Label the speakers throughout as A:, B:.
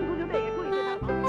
A: 足球队也注意对他防守。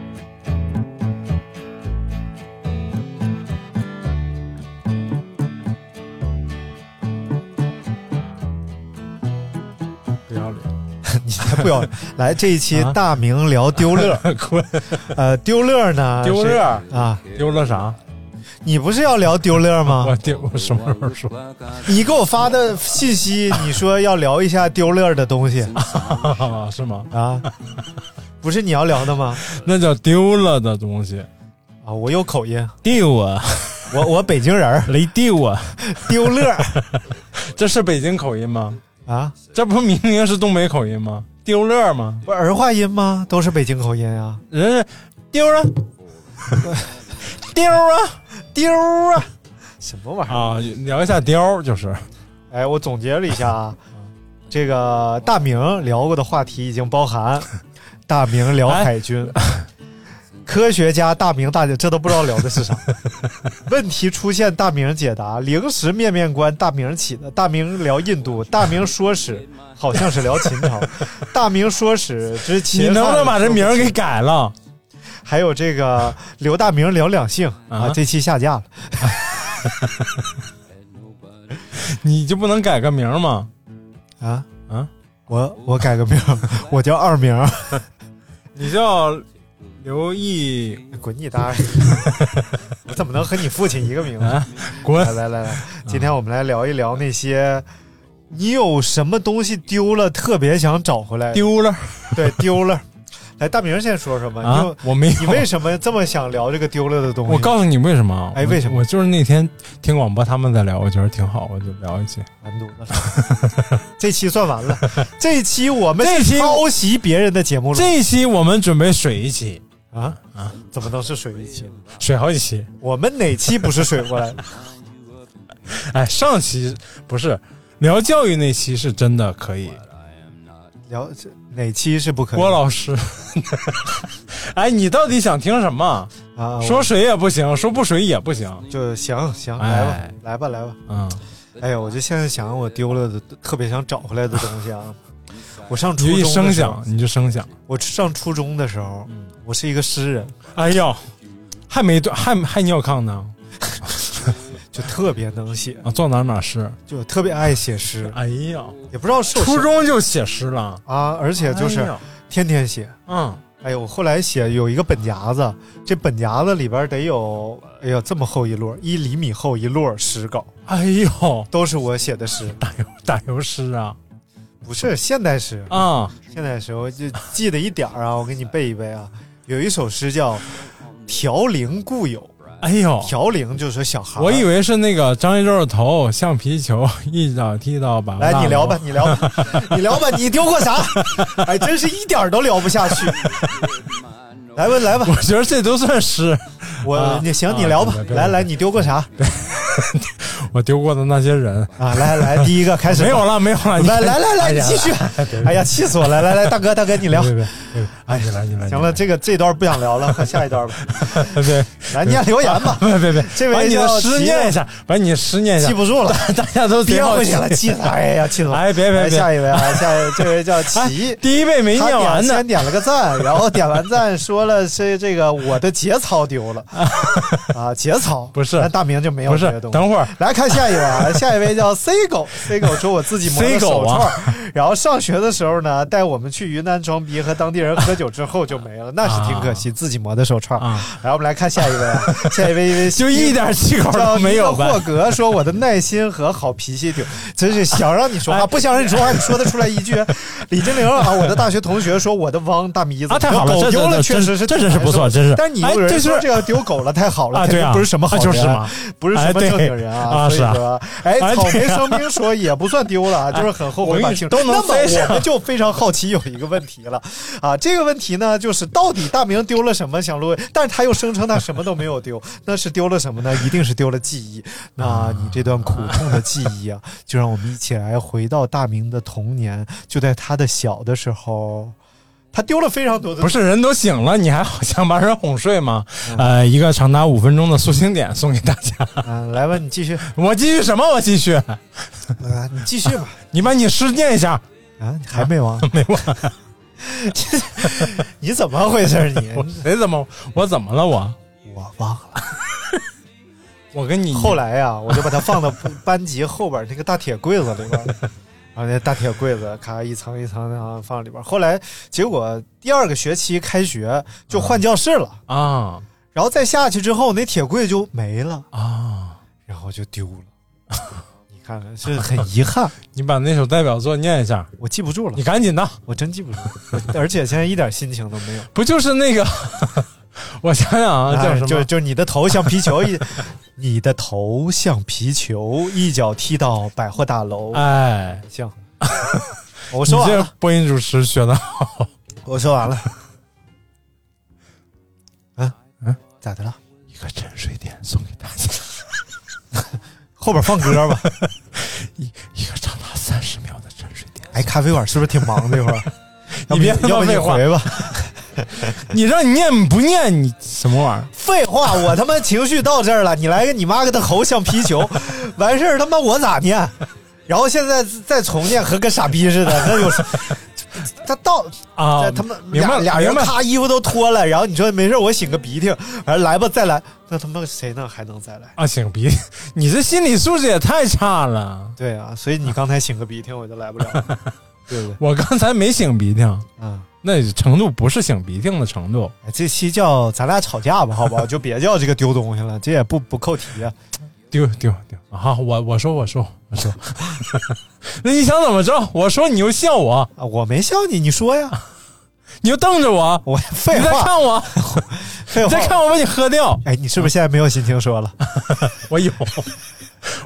B: 不要脸，
C: 你才不要来这一期
B: 啊
C: 大明聊丢乐，
B: 滚！
C: 呃，丢乐呢？
B: 丢
C: 是
B: 乐，
C: 啊！
B: 丢了啥？
C: 你不是要聊丢乐
B: 我
C: 吗？
B: 丢，我什么时候说？
C: 你给我发的信息，你说要聊一 下丢乐的东西
B: 啊是吗？
C: 啊？不是你要聊 的吗？
B: 那叫丢了的东西，
C: 啊，我有口音，
B: 丢啊，
C: 我我北京人 儿，
B: 雷丢啊，
C: 丢乐
B: 这是北京口音吗？
C: 啊，
B: 这不明明是东北口音吗？丢乐吗？
C: 不是儿化音吗？都是北京口音啊，
B: 人是丢 啊，丢啊，丢啊！
C: 什么玩意儿？
B: 啊，聊一下雕就是，
C: 哎，我总结了一下啊，这个大明聊过的话题已经包含大明聊
B: 哎
C: 海军、科学家大明大姐，这都不知道聊的是啥。问题出现大明解答，零食面面观大明起的，大明聊印度，大明说史，好像是聊秦朝，大明说史之秦
B: 你
C: 汉。
B: 能不能把这名儿给？改了？
C: 还有这个刘大明聊两性啊，
B: 啊
C: 这期下架了。
B: 你就不能改个名儿吗？
C: 啊
B: 啊！
C: 我我改个名儿，我叫二明儿，
B: 你叫刘毅，
C: 滚你大爷！ 我怎么能和你父亲一个名字？
B: 啊滚
C: 来！来来来，今天我们来聊一聊那些你有什么东西丢了，特别想找回来。
B: 丢了
C: 对丢了，来大明儿先说说吧。你
B: 啊
C: 有！
B: 我没有
C: 你，为什么这么想聊这个丢了的东西？
B: 我告诉你为什么啊？
C: 哎
B: 我
C: 为什么
B: 我就是那天听广播他们在聊，我觉得挺好，我就聊一期。
C: 完犊子了， 这期算完了。这期我们
B: 这
C: 是
B: 期
C: 抄袭别人的节目了
B: 这一期我们准备水一期，
C: 啊啊！怎么能是水一期呢？
B: 水好几期。
C: 我们哪期不是水过 来的？
B: 哎，上期不是聊教育那期是真的可以，
C: 聊哪期是不可以？
B: 郭老师。 哎，你到底想听什么？
C: 啊，我
B: 说水也不行，说不水也不行。
C: 就行行，来吧
B: 哎，
C: 来吧，来吧。
B: 嗯，
C: 哎呀，我就现在想我丢了的，特别想找回来的东西啊。我上初中
B: 你就一
C: 的时候
B: 声响，，你就声响。
C: 我上初中的时候，我是一个诗人，
B: 哎呦，还没断，还还尿炕呢
C: 就特别能写，
B: 啊！坐哪儿哪儿是？
C: 就特别爱写诗，
B: 哎呀，
C: 也不知道是我
B: 初中就写诗了，
C: 啊，而且就
B: 哎
C: 是
B: 呦
C: 天天写。
B: 嗯，
C: 哎呦，我后来写有一个本夹子，这本夹子里边得有，哎呀，这么厚一摞，一厘米厚一摞诗稿，
B: 哎呦，
C: 都是我写的 诗，
B: 打油打油诗啊
C: 不是现代诗
B: 啊！
C: 现在时候就记得一点儿啊，我给你背一背啊。有一首诗叫《调陵故友》，
B: 哎呦，
C: 调陵就是说小孩儿。
B: 我以为是那个张一舟的头橡皮球 一脚踢到把
C: 来你聊吧，，你聊吧，你聊吧，你丢过啥？哎，真是一点儿都聊不下去。来吧，来吧，
B: 我觉得这都算诗。
C: 我
B: 啊
C: 你行，
B: 啊
C: 你聊吧
B: 别。别
C: 来
B: 别
C: 来，你丢过啥
B: 我丢过的那些人
C: 啊？来来，第一个开始。
B: 没有。了，没有了，你
C: 来来来来，
B: 哎
C: 你
B: 呀
C: 继续。哎呀，气死我了！来来来，大哥大哥，你聊
B: 别。别别，哎，你来你来，
C: 行了，这个这段不想聊了，快下一段吧。
B: 别别
C: 来念留言吧，
B: 别别别，
C: 这位
B: 把你的
C: 叫
B: 诗
C: 齐
B: 念一下，把你的诗念一下
C: 记，不住了。
B: 大家都贼
C: 憋
B: 好
C: 回
B: 奇
C: 去了，气死！哎呀，气死！
B: 哎别别
C: 来
B: 别哎
C: 下一 位啊，下一位这位叫齐。
B: 第一位没
C: 他
B: 念
C: 点
B: 完呢
C: 先，点了个 赞，然后点完赞说了是这个我的节操丢 了啊，节操
B: 不是
C: 那大明就没有
B: 不
C: 这
B: 是
C: 个，东西。
B: 等会儿
C: 来看下一位啊，下一位叫 C 狗，C 狗说我自己磨
B: C
C: 了手
B: 狗
C: 串
B: 啊
C: 儿，然后上学的时候呢，带我们去云南装逼，和当地人喝酒之后就没了，那是挺可惜，自己磨的手串儿。
B: 啊
C: 然后我们来看下一位啊，下一位因为
B: 就一点气口
C: 叫
B: 都没有
C: 尼克
B: 吧
C: 霍？格说：“我的耐心和好脾气顶，真是想让你说话，
B: 哎
C: 不想让你说话，你说得出来一 句。”李金玲啊，我的大学同学说我的汪大迷子
B: 啊太好了
C: 狗
B: 这
C: 丢了，
B: 这
C: 确实是
B: 这这真是不错
C: 挺难受
B: 真是
C: 但你
B: 哎
C: 有人
B: 这是
C: 说这个丢狗了，太好了，
B: 啊
C: 肯定
B: 对啊
C: 不是什么好
B: 啊就是
C: 人
B: 嘛
C: 不是什
B: 哎
C: 么
B: 对
C: 正经人
B: 啊是
C: 所
B: 啊
C: 以说，哎，
B: 哎
C: 草莓
B: 对啊哎
C: 生冰说也不算丢了，就是很后悔
B: 我跟
C: 把
B: 你
C: 青
B: 都能
C: 那么
B: 飞上
C: 我们就非常好奇有一个问题了啊，这个问题呢，就是到底大明丢了什么？想录，但是他又声称他什么都没有丢，那是丢了什么呢？一定是丢了记忆。那你这段苦痛的记忆啊，就让我们一起来回到大明的童年，就在他的小的时候，他丢了非常多的
B: 不是人都醒了，你还好像把人哄睡吗？呃，一个长达五分钟的塑形点送给大家。
C: 嗯，来吧，你 继续，
B: 我继续什么？我继续，
C: 啊，你 继续吧。
B: 你把你诗念一下。
C: 啊，你 还没完？
B: 没
C: 完？你怎么回事？你
B: 我谁怎么我怎么了我？
C: 我忘了。
B: 我跟你
C: 后来呀、啊我就把它放到班级后边那个大铁柜子里 边儿，然后那大铁柜子咔一层一层的啊放里边儿。后来结果第二个学期开学就换教室了，
B: 啊
C: 然后再下去之后那铁柜就没了，
B: 啊，
C: 然后就丢了。你看看，是很遗憾，
B: 你把那首代表作念一下，
C: 我记不住了
B: 你，赶紧的，
C: 我真记不住，我而且现在一点心情都没有。
B: 不就是那个？ 我想想啊，叫
C: 哎
B: 什么？
C: 就就你的头像皮球一， 你的头像皮球，一脚踢到百货大楼。
B: 哎，
C: 行， 我
B: 我
C: 说啊完
B: 这
C: 了，
B: 播音主持学的好，
C: 我说完 了。啊嗯，咋的了？
B: 一个沉睡点送给大家，
C: 后边放歌吧。
B: 一个长达三十秒的沉睡点。
C: 哎，咖啡馆是不是挺忙的？一 会儿，
B: 你别
C: 要不要不
B: 他妈
C: 你
B: 废话
C: 回吧。
B: 你让你念不念？你什么玩意儿？
C: 废话，我他妈情绪到这儿了，你来个你妈个的猴像皮球，完事儿他妈我咋念？然后现在再重念和跟傻逼似的，那有 他到
B: 啊
C: 在他们
B: 明
C: 俩
B: 白了
C: 俩人
B: 明白了
C: 咔衣服都脱了，然后你说没事，我擤个鼻涕，完了来吧再来，那他妈谁能还能再来？
B: 啊，擤鼻， 你这心理素质也太差了。
C: 对啊，所以你刚才擤个鼻涕我就来不了， 对不对？
B: 我刚才没擤鼻涕，啊
C: 嗯。
B: 那程度不是擤鼻涕的程度。
C: 哎这期叫咱俩吵架吧，好不好？就别叫这个丢东西了，这也不不扣题啊。
B: 丢丢丢啊！好我我说我说我说， 那你想怎么着？我说你又笑我，
C: 啊我没笑你，你说呀，
B: 你又瞪着我，
C: 我
B: 你
C: 废
B: 在
C: 话，
B: 看我，
C: 废
B: 你
C: 话
B: 在，看我把你喝掉。
C: 哎，你是不是现在没有心情说了？
B: 我有，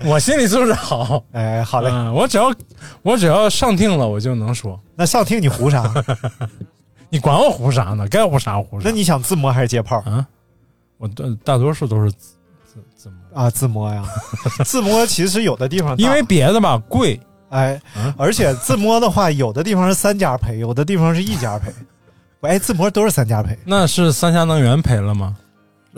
B: 我心理素质好。
C: 哎，好嘞，
B: 嗯，我只要我只要上听了，我就能说。
C: 那上听你胡啥？
B: 你管我胡啥呢？该胡啥胡啥。
C: 那你想自摸还是接炮
B: 我大大多数都是自自自摸，
C: 啊？自摸 呀，自摸其实有的地方大
B: 因为别的吧贵。
C: 哎，而且自摸的话，有的地方是三家赔，有的地方是一家赔。哎，自摸都是三家 赔，
B: 那是三峡能源赔了吗？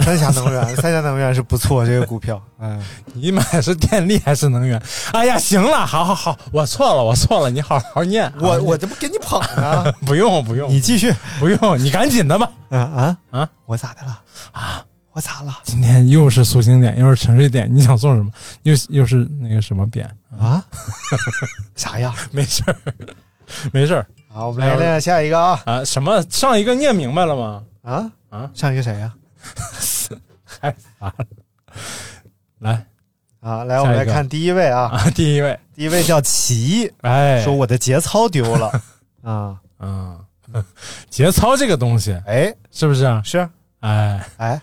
C: 三峡能源，三峡能源是不错这个股票。嗯，
B: 你买的是电力还是能源？ 哎呀，行了，好好好，我错了，我错了，你好好念。
C: 我我这不给你捧啊呢，
B: 不用不 用，
C: 你继续。
B: 不用，你赶紧的吧。
C: 啊啊
B: 啊！
C: 我咋的了？啊，我咋了？
B: 今天又是塑形点，又是沉睡点，你想送什么？又又是那个什么点？
C: 啊？啥呀？
B: 没事儿， 没事儿
C: 好，我们来练下一个啊
B: 啊。什么？上一个念明白了吗？
C: 啊
B: 啊！
C: 上一个谁呀？
B: 太烦了。来
C: 啊，来，我们
B: 下
C: 来
B: 一个
C: 看第一位啊，
B: 啊， 第一位，
C: 第一位叫齐，
B: 哎，
C: 说我的节操丢 了啊。
B: 嗯， 节操这个东西
C: 哎，
B: 是不是啊？
C: 是
B: 哎，
C: 哎，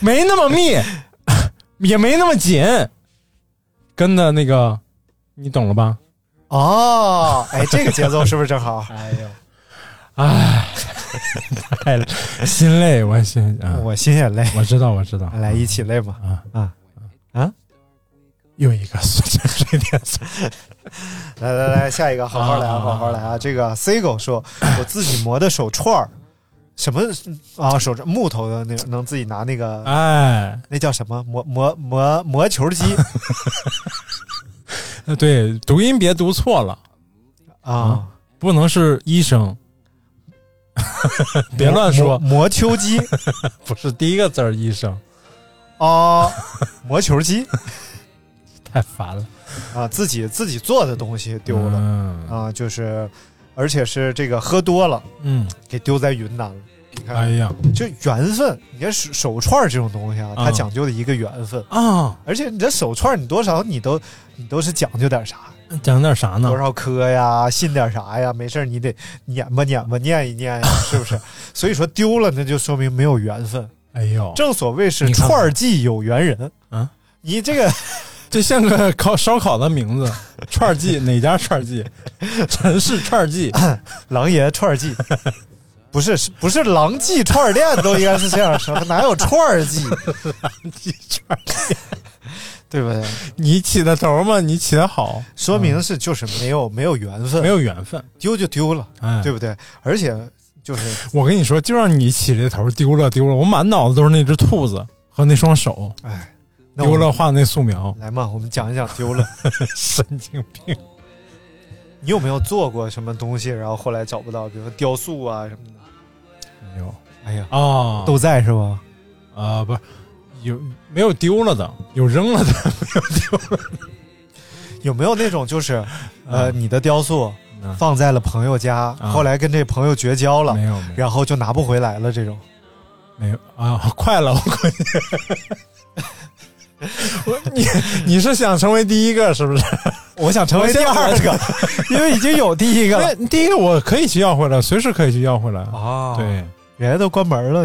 B: 没那么 密，也没那么紧，跟的那个，你懂了吧？
C: 哦，哎，这个节奏是不是正 好？
B: 哎呦，哎，太心累，我心啊，
C: 我心也累。
B: 我知道，我知道，
C: 来一起累嘛？
B: 啊
C: 啊啊！
B: 又一个塑形水电水，
C: 来来来，下一个，好好来啊，
B: 啊
C: 好好来啊！这个 C 狗说，我自己磨的手串儿，什么啊？手串木头的那个，能自己拿那个，
B: 哎，
C: 那叫什么？磨磨磨磨球 机
B: 对，读音别读错了，
C: 啊！
B: 不能是医生， 别乱说，
C: 磨磨球机
B: 不是第一个字儿医生，
C: 啊，磨球机
B: 太烦了，
C: 啊，自己自己做的东西丢了
B: 嗯
C: 啊，就是，而且是这个喝多了
B: 嗯，
C: 给丢在云南了。你看
B: 哎呀
C: 就缘分，你看手手串儿这种东西啊，它
B: 啊
C: 讲究的一个缘分。
B: 啊，
C: 而且你这手串，你多少你都你都是讲究点啥，
B: 讲点啥呢
C: 多？少颗呀，信点啥呀？没事儿你得撵吧撵吧，念一念 呀，是不是？所以说丢了，那就说明没有缘分。
B: 哎呦，
C: 正所谓是
B: 你看看
C: 串儿记有缘人
B: 啊，
C: 你这个
B: 这像个烤烧烤的 名字，串儿记哪家串儿记？陈氏串儿记，
C: 狼爷串儿 记，不是是不是狼记串儿店都应该是这样 说，哪有串儿记，
B: 记串儿
C: 对不对？
B: 你起的头嘛，你起的好，
C: 说明是就是没有没有缘分，
B: 没有缘分。
C: 丢就丢了，
B: 哎，
C: 对不对？而且就是
B: 我跟你说，就让你起这头，丢了丢了，我满脑子都是那只兔子和那双手，
C: 哎，那我
B: 丢
C: 们
B: 了画的那素描，
C: 来嘛，我们讲一讲丢 了。
B: 神经病。
C: 你有没有做过什么东西，然后后来找不到，比如说雕塑啊什么的？
B: 没有
C: 哎呀，
B: 啊，
C: 都在是吧？
B: 啊、不是有没有丢了的，有扔了的，
C: 有没有那种 就是，呃，
B: 嗯
C: 你的雕塑
B: 嗯
C: 放在了朋友家，
B: 啊
C: 后来跟这朋友绝交了
B: 没，有没有
C: 然后就拿不回来了这种？
B: 没有啊，快了，我估计。 我你你是想成为第一个是不是？
C: 我想成为第二个，因为已经有第一个
B: 因
C: 了
B: 为第一个我可以去要回来，随时可以去要回来。
C: 啊，
B: 哦对，
C: 人家都关门了，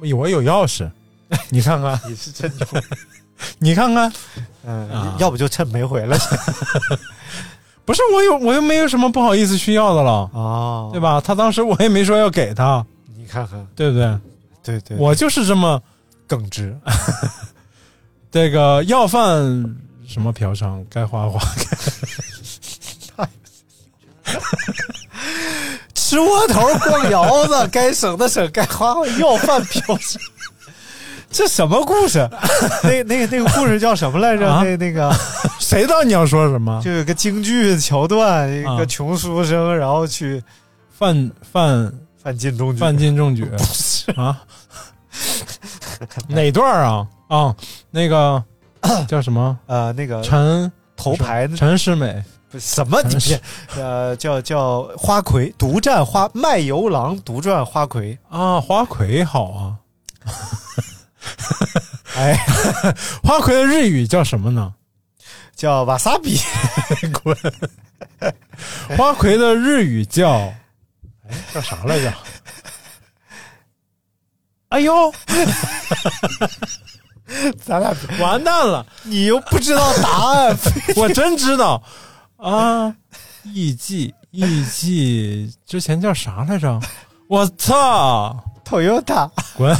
C: 你
B: 我有钥匙， 你看看，
C: 你是真牛，
B: 你看看，
C: 嗯，
B: 啊
C: 要不就趁没 回来
B: 不是我有，我又没有什么不好意思去要的了，
C: 啊
B: 对？吧？他当时我也没说要给他，
C: 你看看，
B: 对不对？
C: 对对，
B: 我就是这么
C: 耿直，
B: 这个要饭什么嫖娼，该花 花。
C: 吃窝头逛窑子，该省的省，该花花要饭嫖 娼。这什么故事？那那个那个故事叫什么来着？
B: 啊
C: 那那个
B: 谁知道你要说什么？
C: 就有个京剧桥段，一
B: 啊
C: 个穷书生，然后去
B: 犯犯
C: 犯进中举。
B: 犯进 中举啊？哪段儿啊？啊，那 个叫什么？
C: 呃，那个
B: 陈
C: 头牌那
B: 陈世美
C: 不是什么？你别呃，叫叫花魁独占花卖油郎独占花魁。
B: 啊，花魁好啊。
C: 哎，
B: 花魁的日语叫什么呢？
C: 叫瓦萨比，
B: 滚！花魁的日语叫哎叫啥来着？ 哎呦，
C: 咱俩
B: 完蛋了！
C: 你又不 知道答案，
B: 我真知道啊！艺伎，艺伎之前叫啥来着？我操！
C: Toyota
B: 滚！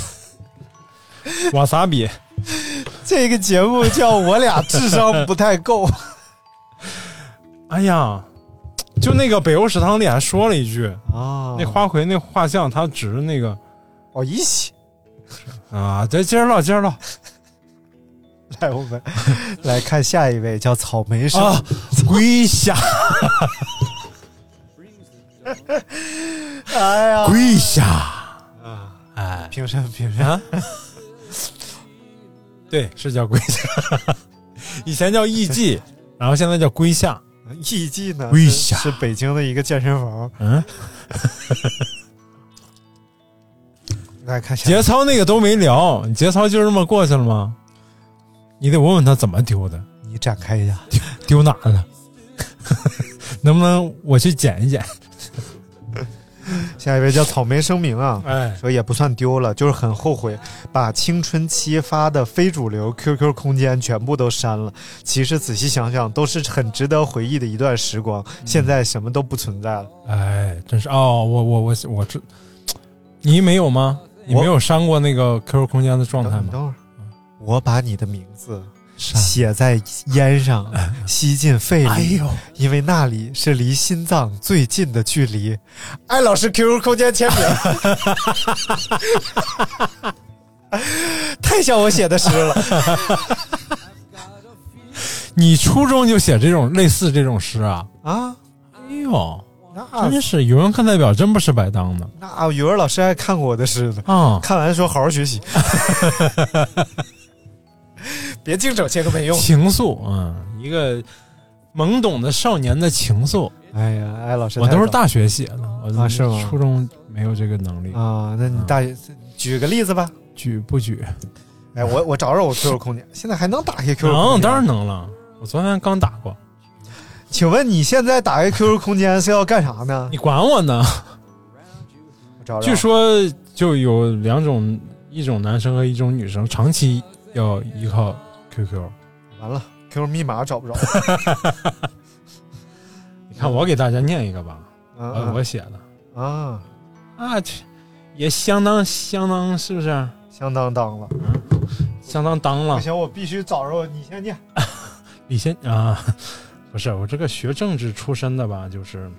B: 瓦萨比，
C: 这个节目叫我俩智商不太 够，
B: 哎呀，就那个北欧食堂里还说了一句，
C: 啊
B: 那花魁那画像，他指着那个
C: 哦一起
B: 啊，对，接着唠，接着唠
C: 来，我 们来看下一位叫草莓生，
B: 啊，跪下，
C: 哎呀，
B: 跪下，
C: 啊平身平身，
B: 啊，对，是叫跪下， 以前叫艺伎，然后现在叫跪下，
C: 艺伎呢
B: 跪
C: 是
B: 下
C: 是北京的一个健身房，
B: 嗯，
C: 来看下一位
B: 节操那个都没聊，你节操就这么过去了吗？你得问问他怎么丢的，
C: 你展开一下，
B: 丢哪了？ 能不能我去捡一捡？
C: 下一位叫草莓声明啊。
B: 哎，
C: 说也不算丢了，就是很后悔把青春期发的非主流 QQ 空间全部都删了。其实仔细想想，都是很值得回忆的一段时光。
B: 嗯
C: 现在什么都不存在了。
B: 哎，真是哦，我我我我这，你没有吗？你
C: 我
B: 没有删过那个 QQ 空间的状态
C: 等
B: 吗？
C: 等会儿，我把你的名字
B: 删
C: 写在烟上，吸进肺里，，因为那里是离心脏最近的距离。艾老师 QQ 空间 签名，太像我写的诗了。
B: 你初中就写这种类似这种诗啊？
C: 啊，
B: 哎呦，
C: 那
B: 真是语文课代表真不是白当的
C: 那语文老师还看过我的诗呢，
B: 啊！
C: 看完说好好学习， 别净整些个没用。
B: 情愫啊、嗯，一个懵懂的少年的情愫。
C: 哎呀，艾老师太
B: 我
C: 懂了，
B: 都是大学写的，我
C: 啊是吗
B: 初中没有这个能力，
C: 啊，那你大学举个例子吧。
B: 举不举？
C: 哎，我我找找我 QQ 空间，现在还能打开 QQ 空
B: 能，
C: 间？
B: 当然。能了。我昨天刚打过，
C: 请问你现在打开 QQ 空间是要干啥呢？
B: 你管我呢？
C: 我找找。
B: 据说就有两种，一种男生和一种女生长期要依靠 QQ，
C: 完了，QQ 密码找不着。
B: 你看，我给大家念一个吧，我我
C: 啊
B: 写的
C: 啊啊，
B: 啊，这也相当相当，是不是？
C: 相当当了。
B: 相当当
C: 不
B: 了。
C: 行，我必须找着我，你先念。
B: 李先啊， 不是我这个学政治出身的吧，就是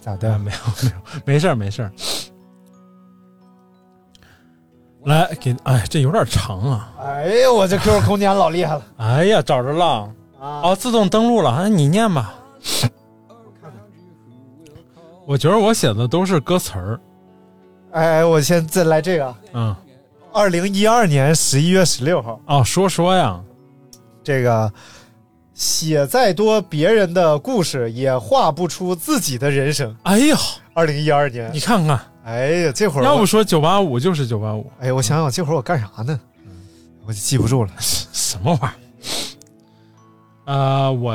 C: 咋
B: 对，没有没有，没事儿没事儿。来给，哎，这有点长啊！
C: 哎呀，我这 QQ 空间老厉害了
B: 哎呀，找着了，
C: 啊！
B: 哦，自动登录了，哎，你念吧。我觉得我写的都是歌词儿，
C: 哎，我先再来这个。
B: 嗯，
C: 二零一二年十一月十六号，
B: 哦，说说呀，
C: 这个写再多别人的故事，也画不出自己的人生。
B: 哎呦，
C: 二零一二年
B: 你，看看，
C: 哎呀，这会儿我
B: 要不说九八五就是九八五，
C: 哎呀，我想想这会儿我干啥呢？我就记不住了。
B: 什么玩意儿？呃，我，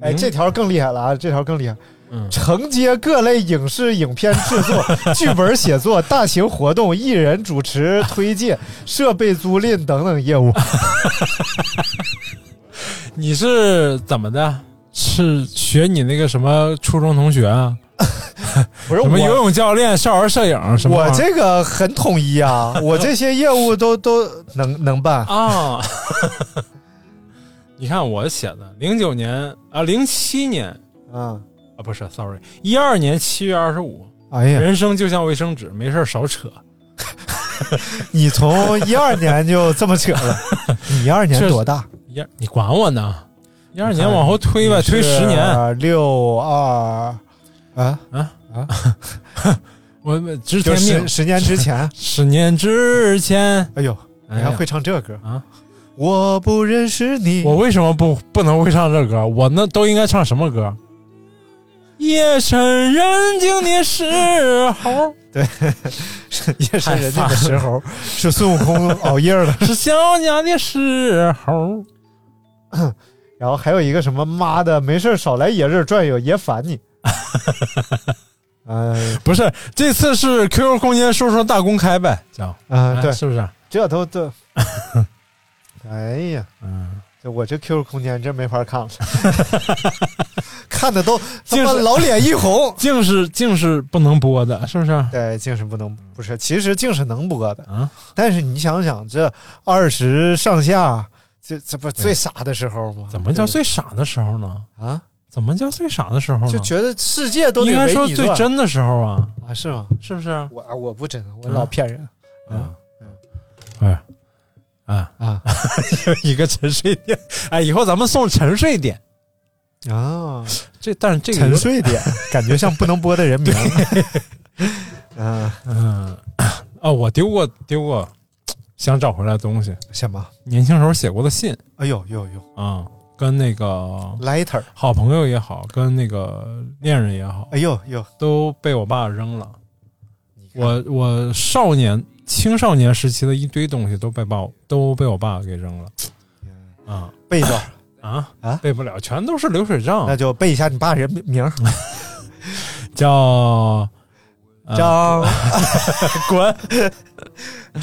C: 哎，
B: 嗯
C: 这条更厉害了啊！这条更厉害，
B: 嗯，
C: 承接各类影视影片制 作、剧本写作、大型活动、艺人主持、推介、设备租赁等等业务。
B: 你是怎么的？是学你那个什么初中同学啊？
C: 不是
B: 什么游
C: 我，
B: 泳教练、少儿摄影什么玩
C: 我
B: 意儿？
C: 这个很统一 啊，我这些业务都都能能办。
B: 啊， 你看我写的，零九年啊，零七年
C: 嗯，
B: 啊，不是，sorry，一二年七月二十五，
C: 哎呀，
B: 人生就像卫生纸，没事儿少扯，
C: 你从一二年就这么扯 了？你一二年
B: 这
C: 多大？
B: 一二，你管我呢？一二
C: 看
B: 年往后推吧，推十年，，
C: 六二啊，
B: 我我知
C: 就
B: 天
C: 十
B: 命，
C: 十年之前。
B: 十年之前，
C: 哎呦，
B: 哎
C: 你还
B: 呀
C: 会唱这歌
B: 啊？
C: 我不认识你，
B: 我为什么不不能会唱这歌？我那都应该唱什么歌？夜深人静的时 候，
C: 夜深人静
B: 太
C: 的时候，是孙悟空熬夜了。
B: 是想家的时候。
C: 然后还有一个什么妈的，没事儿少来爷这儿转悠，爷烦 你。嗯
B: 不是，这次是 QQ 空间说说大公开呗，讲，
C: 啊，对
B: 哎，是不是？
C: 这都 这，哎呀，
B: 嗯，
C: 这我这 QQ 空间真没法 看了，看的都他
B: 就
C: 妈
B: 是
C: 老脸一红。
B: 净是净是不能播的，是不是？
C: 对，净是不能不是，其实净是能播的，
B: 啊，
C: 但是你想想，这二十上下，这这不最傻的时候吗？
B: 怎么叫
C: 对
B: 最傻的时候呢？
C: 不对啊？
B: 怎么叫最傻的时候呢？
C: 就觉得世界都得
B: 应该
C: 围
B: 说
C: 你
B: 最
C: 转
B: 真的时候啊，
C: 啊？是吗？
B: 是不是？
C: 我啊我不真，我老骗人。
B: 啊，
C: 嗯
B: 哎，啊
C: 啊
B: 有一个沉睡点，哎，以后咱们送沉睡点。
C: 啊，
B: 这但是这个有
C: 沉，睡点， 感觉像不能播的人名。 嗯，
B: 嗯，啊，我丢过丢过，想找回来的东西，
C: 什么？
B: 年轻时候写过的信
C: 哎呦呦呦
B: 啊，跟那个
C: ，lighter，
B: 好朋友也好，跟那个恋人也好，
C: 哎呦呦，
B: 都被我爸扔了。
C: 你看
B: 我我少年青少年时期的一堆东西都被爸都被我爸给扔了。啊
C: 背着，
B: 啊
C: 啊
B: 背不了，全都是流水
C: 那
B: 账，
C: 就背一下你爸人名儿，
B: 叫
C: 啊
B: 呃
C: 张
B: 滚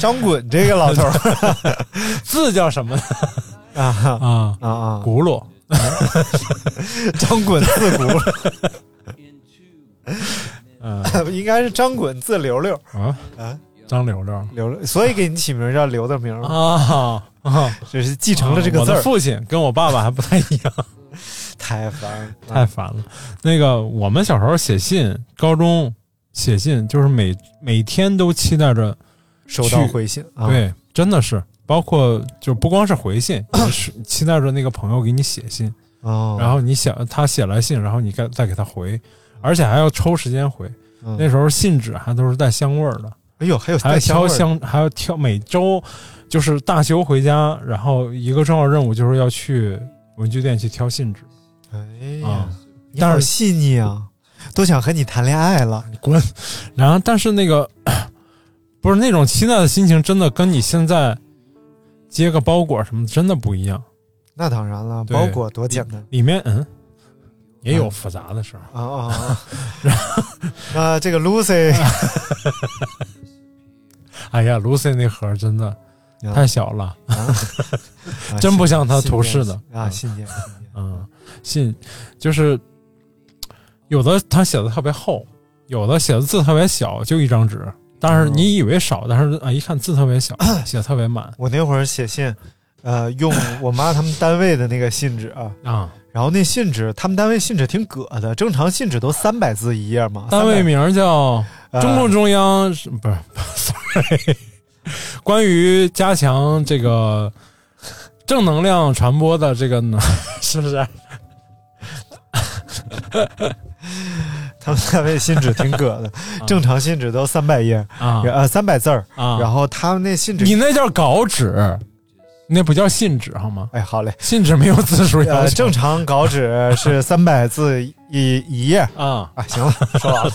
C: 张滚这个老头儿
B: 字叫什么呢
C: 啊
B: 啊？
C: 啊啊，
B: 轱辘，
C: 张滚自古，
B: 嗯
C: 呃应该是张滚字刘六
B: 啊
C: 啊
B: 张柳柳啊
C: 刘六，所以给你起名叫刘的名儿嘛，
B: 啊，
C: 这是继承了这个
B: 我
C: 字
B: 的
C: 儿，
B: 父亲跟我爸爸还不太一 样。
C: 太烦了，
B: 太烦了。那个我们小时候写信，高中写信，就是每每天都期待着，
C: 收到
B: 去
C: 回信啊，，
B: 对，真的是，包括就不光是 回信，也是期待着那个朋友给你写信，
C: 哦，
B: 然后你写他写来信，然后你该再给他回，而且还要抽时间回。
C: 嗯
B: 那时候信纸还都是带香味儿的，
C: 哎呦，还有
B: 还要
C: 带香
B: 挑
C: 味儿
B: 香，还要挑每周就是大休回家，然后一个重要任务就是要去文具店去挑信纸。
C: 哎
B: 啊
C: 呀，你
B: 但
C: 好
B: 是
C: 细腻啊，都想和你谈恋爱了。
B: 你滚！然后，但是那个 不是那种期待的心情，真的跟你现在接个包裹什么的真的不一样。
C: 那当然了，
B: 对
C: 包裹多简单
B: 里面嗯也有
C: 嗯
B: 复杂的时候，
C: 啊啊！啊 那这个 Lucy
B: 哎呀，Lucy 那盒真的
C: 啊
B: 太小了，
C: 啊
B: 真不像他
C: 信
B: 图示的
C: 信念啊，信念，信念
B: 嗯，信就是有的他写的特别厚，有的写的字特别小，就一张纸。但是你以为少，但是啊，一看字特别小，写得特别满
C: 我那会儿写信，呃，用我妈他们单位的那个信纸、 啊，
B: 啊。
C: 然后那信纸，他们单位信纸挺葛的，正常信纸都啊三百呃字一页嘛，
B: 单位名儿叫
C: 300
B: 中共中央是不是 ？sorry，关于加强这个正能量传播的这个 呢，是不是？
C: 呃他们单位信纸挺葛 的，正常信纸都三百页，
B: 啊
C: 呃，三百字儿，
B: 啊
C: 然后他们那信纸，
B: 你那叫稿纸，那不叫信纸好吗？
C: 哎，好 嘞，
B: 信纸没有字数要
C: 呃，
B: 求
C: 正常稿纸是三百字一一页
B: 啊。
C: 啊， 行了，说完了，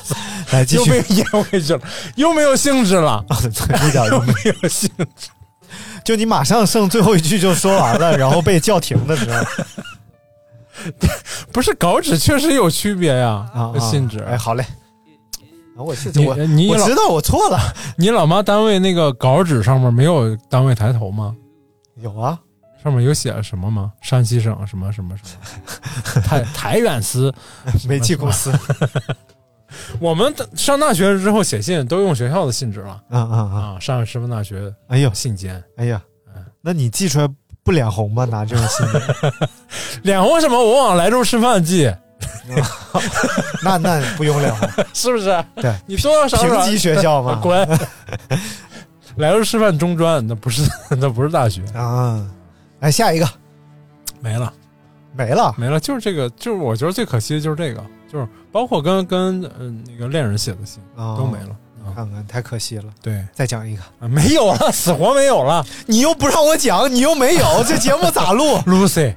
C: 来继
B: 又
C: 续
B: 没，有 烟味去了，又没有兴致了，
C: 一点都
B: 又
C: 没
B: 没有兴致。
C: 就你马上剩最后一句就说完了，然后被叫停的时候
B: 不是稿纸确实有区别呀，
C: 啊，啊
B: 和信纸。
C: 哎，好嘞，啊，我去，
B: 你
C: 我
B: 你
C: 我
B: 老
C: 知道我错了，
B: 你老妈单位那个稿纸上面没有单位抬头吗？
C: 有啊，
B: 上面有写什么吗？山西省什么什么什 么？太太原司。
C: 煤气公司，
B: 我们上大学之后写信都用学校的信纸了
C: 啊啊啊，
B: 啊，上师范大学
C: 哎呦，
B: 信笺。
C: 哎呀，那你寄出来不脸红吗？拿这种信 件，
B: 脸红什么？我往莱州师范寄，
C: 那那不用脸红，
B: 是不是？
C: 对，
B: 你说到啥时候
C: 平级学校 嘛
B: 滚！莱州师范中专，那不是那不是大学，
C: 啊，来下一个
B: 没了
C: 没了，
B: 没了，就是这个，就是我觉得最可惜的就是这个，就是包括跟跟嗯、那个恋人写的信
C: 啊，
B: 都没了。啊
C: 看看太可惜了，
B: 对，
C: 再讲一个，
B: 啊没有了， 死活没有了。
C: 你又不让我讲，你又没 有，哎这节目咋录
B: Lucy，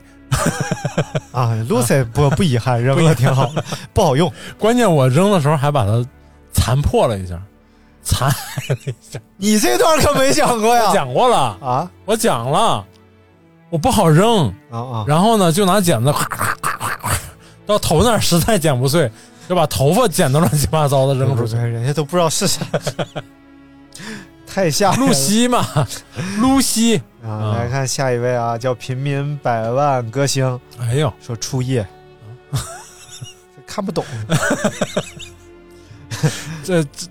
C: 啊？Lucy 不不遗 憾，扔了挺好，不好用。
B: 关键我扔的时候还把它残破了一下， 残
C: 你这段可没讲过 呀？
B: 讲过了，
C: 啊
B: 我讲了，我不好扔，
C: 啊啊！
B: 然后呢就拿剪子 咵咵咵咵咵到头那儿实在剪不碎，就把头发剪得乱七八糟的扔出去。
C: 人家都不知道是啥， 太吓人了
B: 露西嘛， 露西。
C: 啊！来看下一位啊，叫平民百万歌星，
B: 哎呦，
C: 说初 夜，看不懂
B: 这这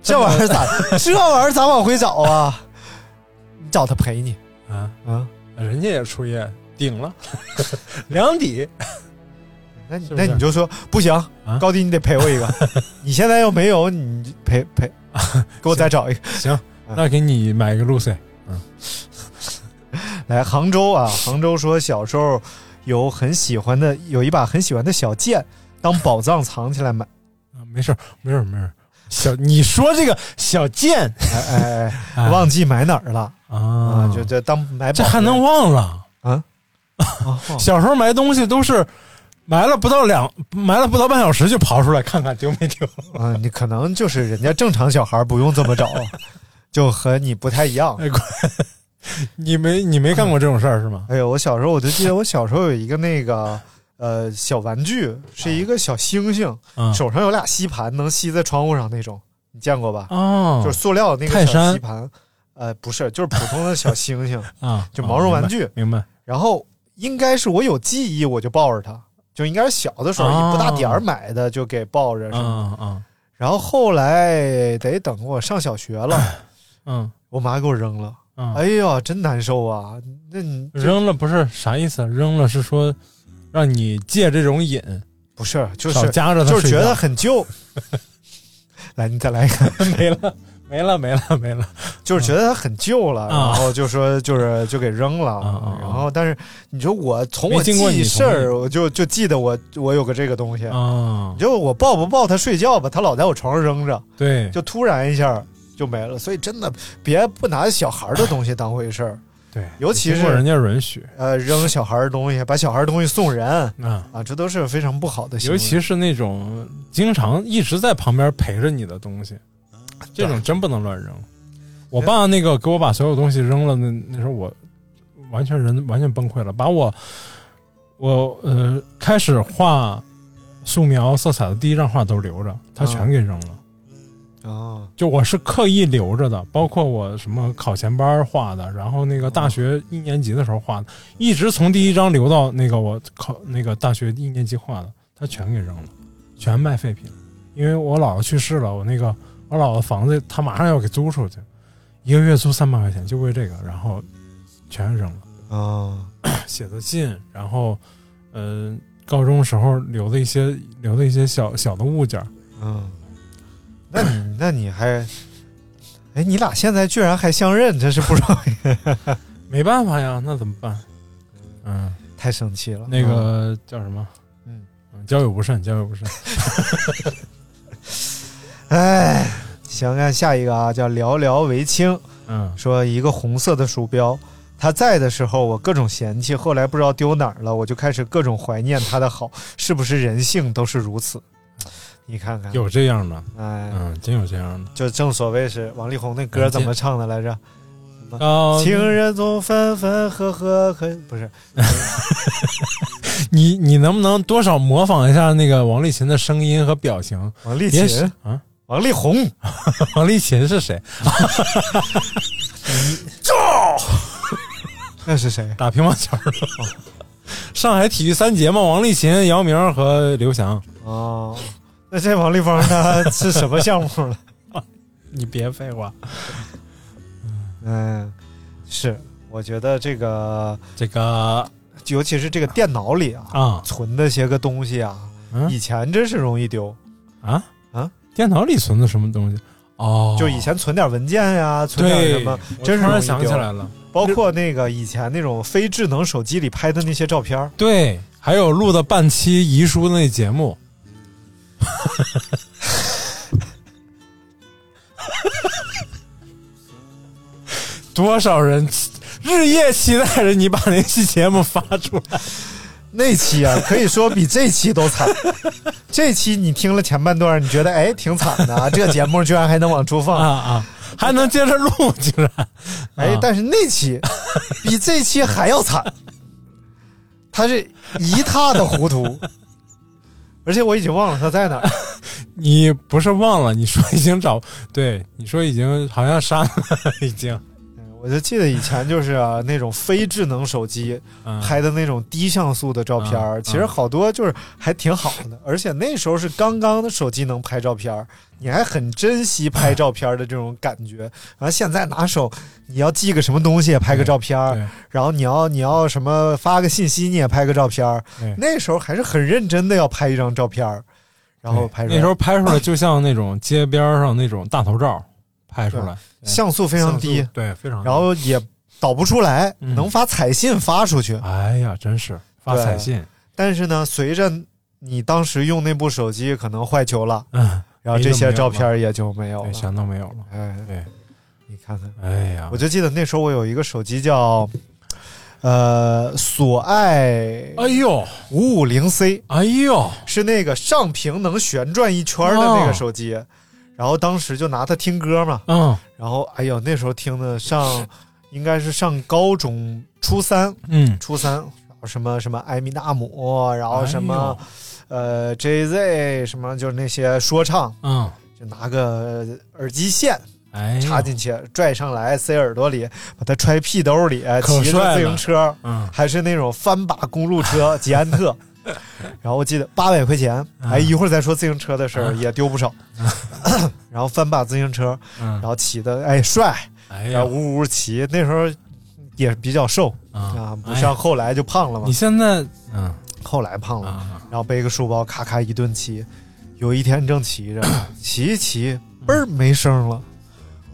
C: 这玩意儿 咋，这玩意儿咋往回找啊？你找他陪你
B: 啊，
C: 啊？
B: 人家也出业顶 了，两底
C: 那你
B: 是不
C: 那
B: 是
C: 你就说不行，
B: 啊
C: 高低你得陪我一 个。你现在要没有，你陪陪，给我再找一个。
B: 行，那给你买一个 Lucy
C: 来杭州啊，杭州说小时候有很喜欢的，有一把很喜欢的小剑，当宝藏藏起来买。
B: 啊，没事儿没事儿没事儿。小，你说这个小贱
C: 哎哎 哎，忘记买哪儿了啊
B: 啊？
C: 就这当买宝
B: 这还能忘了？
C: 啊？哦
B: 小时候埋东西都是埋了不到两，埋了不到半小时就刨出来看看丢没丢。
C: 啊，你可能就是人家正常小孩不用这么找，就和你不太一样。
B: 哎，乖 你没你没干过这种事儿是吗？
C: 哎呦，我小时候我就记得我小时候有一个那个呃小玩具，是一个小星星，
B: 嗯
C: 手上有俩吸盘，能吸在窗户上那种，你见过吧？
B: 哦，
C: 就是塑料那
B: 泰
C: 个
B: 山
C: 小吸盘，呃，不是，就是普通的小星 星。
B: 啊，
C: 就毛绒玩具
B: 啊明白？明白
C: 然后应该是我有记忆，我就抱着它，就应该是小的时候
B: 哦
C: 一不大点儿买的，就给抱着什么。
B: 嗯嗯
C: 然后后来得等我上小学 了，
B: 嗯
C: 我妈给我扔了。
B: 嗯，
C: 哎呀，真难受啊！那你
B: 扔了不是啥意思啊？扔了是说让你戒这种瘾，
C: 不是就
B: 少
C: 是
B: 夹着它
C: 就是
B: 睡
C: 觉
B: 觉，
C: 得很旧。来，你再来一个，
B: 没了，没了，没了，没了。
C: 就是觉得它很旧了，
B: 啊
C: 然后就说就是就给扔了。
B: 啊啊啊
C: 然后，但是你说我从我
B: 没
C: 记
B: 经过
C: 忆
B: 你
C: 事
B: 同
C: 儿，我就就记得我我有个这个东西。
B: 啊
C: 你，就我抱不抱它睡觉吧，它老在我床上扔着，
B: 对
C: 就突然一下就没了。所以真的别不拿小孩的东西当回 事儿，
B: 对，
C: 尤其
B: 经过人
C: 是
B: 家允许
C: 呃扔小孩的东西，把小孩的东西送人
B: 啊，
C: 啊，这都是非常不好的行
B: 尤
C: 为。
B: 其是那种经常一直在旁边陪着你的东西，这种真不能乱扔。我爸那个给我把所有东西扔了，那那时候我完全人完全崩溃了，把我我呃开始画素描色彩的第一张画都留着，他全给扔了。
C: 啊，
B: 就我是刻意留着的，包括我什么考前班画的，然后那个大学一年级的时候画的，一直从第一张留到那个我考那个大学一年级画的，他全给扔了，全卖废品了。因为我姥姥去世了，我那个我姥姥房子他马上要给租出去，一个月租三百块钱，就为这个，然后全扔了。
C: 啊，
B: 写的信，然后呃，高中时候留的一些留的一些小小的物件儿，
C: 嗯，那你 那你还，哎，你俩现在居然还相认，真是不容易，
B: 没办法呀，那怎么办？嗯，
C: 太生气了。
B: 那个叫什么？
C: 啊嗯
B: 嗯，交友不慎，交友不 慎。
C: 嗯，哎，行，看下一个啊，叫寥寥为清，
B: 嗯，
C: 说一个红色的鼠标。他在的时候，我各种嫌弃，后来不知道丢哪儿了，我就开始各种怀念他的好，是不是人性都是如此？你看看，
B: 有这样的，
C: 哎，
B: 嗯，真有这样的。
C: 就正所谓是王力宏那歌怎么唱的来
B: 哦
C: 着？
B: 啊，
C: 嗯情人总分分合合，可不是
B: 你你能不能多少模仿一下那个王丽琴的声音和表情？
C: 王力
B: 也是
C: 琴，
B: 啊，
C: 王力宏，
B: 王丽琴是谁？
C: 嗯 那是谁？
B: 打乒乓球的。上海体育三杰嘛，王丽琴、姚明和刘翔。
C: 哦，那这王立峰他是什么项目了？
B: 你别废话，
C: 嗯，是，我觉得这个，
B: 这个
C: 尤其是这个电脑里啊，
B: 啊，
C: 存的些个东西啊，
B: 嗯
C: 以前真是容易丢，
B: 啊
C: 啊！
B: 电脑里存的什么东西？哦，
C: 就以前存点文件呀、存点
B: 对
C: 什么，
B: 我
C: 真是
B: 突
C: 容
B: 然
C: 易
B: 想起
C: 丢。
B: 来了，
C: 包括那个以前那种非智能手机里拍的那些照片儿，
B: 对，还有录的半期遗书那节目，多少人日夜期待着你把那期节目发出来，
C: 那期啊， 可以说比这期都 惨。这期你听了前半段，你觉得哎挺惨的啊，这节目居然还能往出放。
B: 啊啊， 还能接着录，竟然，
C: 哎
B: 啊，
C: 但是那期比这期还要惨，他是一塌的糊涂，而且我已经忘了他在哪儿。
B: 你不是忘了？你说已经找对，你说已经好像删了，已经，
C: 我就记得以前就是啊，那种非智能手机
B: 嗯，
C: 拍的那种低像素的照片儿，
B: 嗯
C: 其实好多就是还挺好的，而且那时候是刚刚的手机能拍照片儿，你还很珍惜拍照片儿的这种感觉。然后现在拿手，你要寄个什么东西也拍个照片儿，
B: 对
C: 然后你要你要什么发个信息你也拍个照片儿
B: 对，
C: 那时候还是很认真的要拍一张照片儿，然后拍出来
B: 那时候拍出来就像那种街边上那种大头照拍出来，
C: 像素非
B: 非
C: 常低，
B: 对，非常低。
C: 然后也导不出来，
B: 嗯
C: 能发彩信发出去。
B: 哎呀，真是发
C: 对
B: 彩信，
C: 但是呢，随着你当时用那部手机可能坏球了，
B: 嗯，
C: 然后这些照片儿也就没有
B: 对，
C: 了。
B: 全都没有了。
C: 哎，
B: 对，
C: 你看看，
B: 哎呀
C: 我，就记得那时候我有一个手机叫呃索爱
B: 哎呦，
C: 五五零 C，
B: 哎呦，
C: 是那个上屏能旋转一圈儿的
B: 哦
C: 那个手机。然后当时就拿它听歌嘛，
B: 嗯
C: 然后哎呦，那时候听的 上应该是上高中初三，
B: 嗯，
C: 初三什么什么艾米纳姆，然后什
B: 哎
C: 么、呃 JZ 什么，就是那些说唱，
B: 哎呦，嗯，
C: 就拿个耳机线
B: 哎，
C: 插，进去，拽上来塞耳朵里，把它揣屁兜里，
B: 可
C: 骑
B: 帅
C: 着
B: 了
C: 自行车，
B: 嗯，
C: 还是那种翻把公路 车捷安特。然后我记得八百块钱，哎，一会儿再说自行车的事儿，
B: 嗯
C: 也丢不 少。然后翻把自行车，
B: 嗯
C: 然，后骑的哎帅，
B: 哎
C: 然
B: 呀
C: 后，呜呜骑。那时候也比较瘦啊，
B: 啊
C: 不像后来就胖了嘛
B: 哎你。现在，嗯
C: 后来胖了，
B: 啊，
C: 然后背个书包，咔咔一顿骑。有一天正骑 着，骑一骑，嘣儿没声了。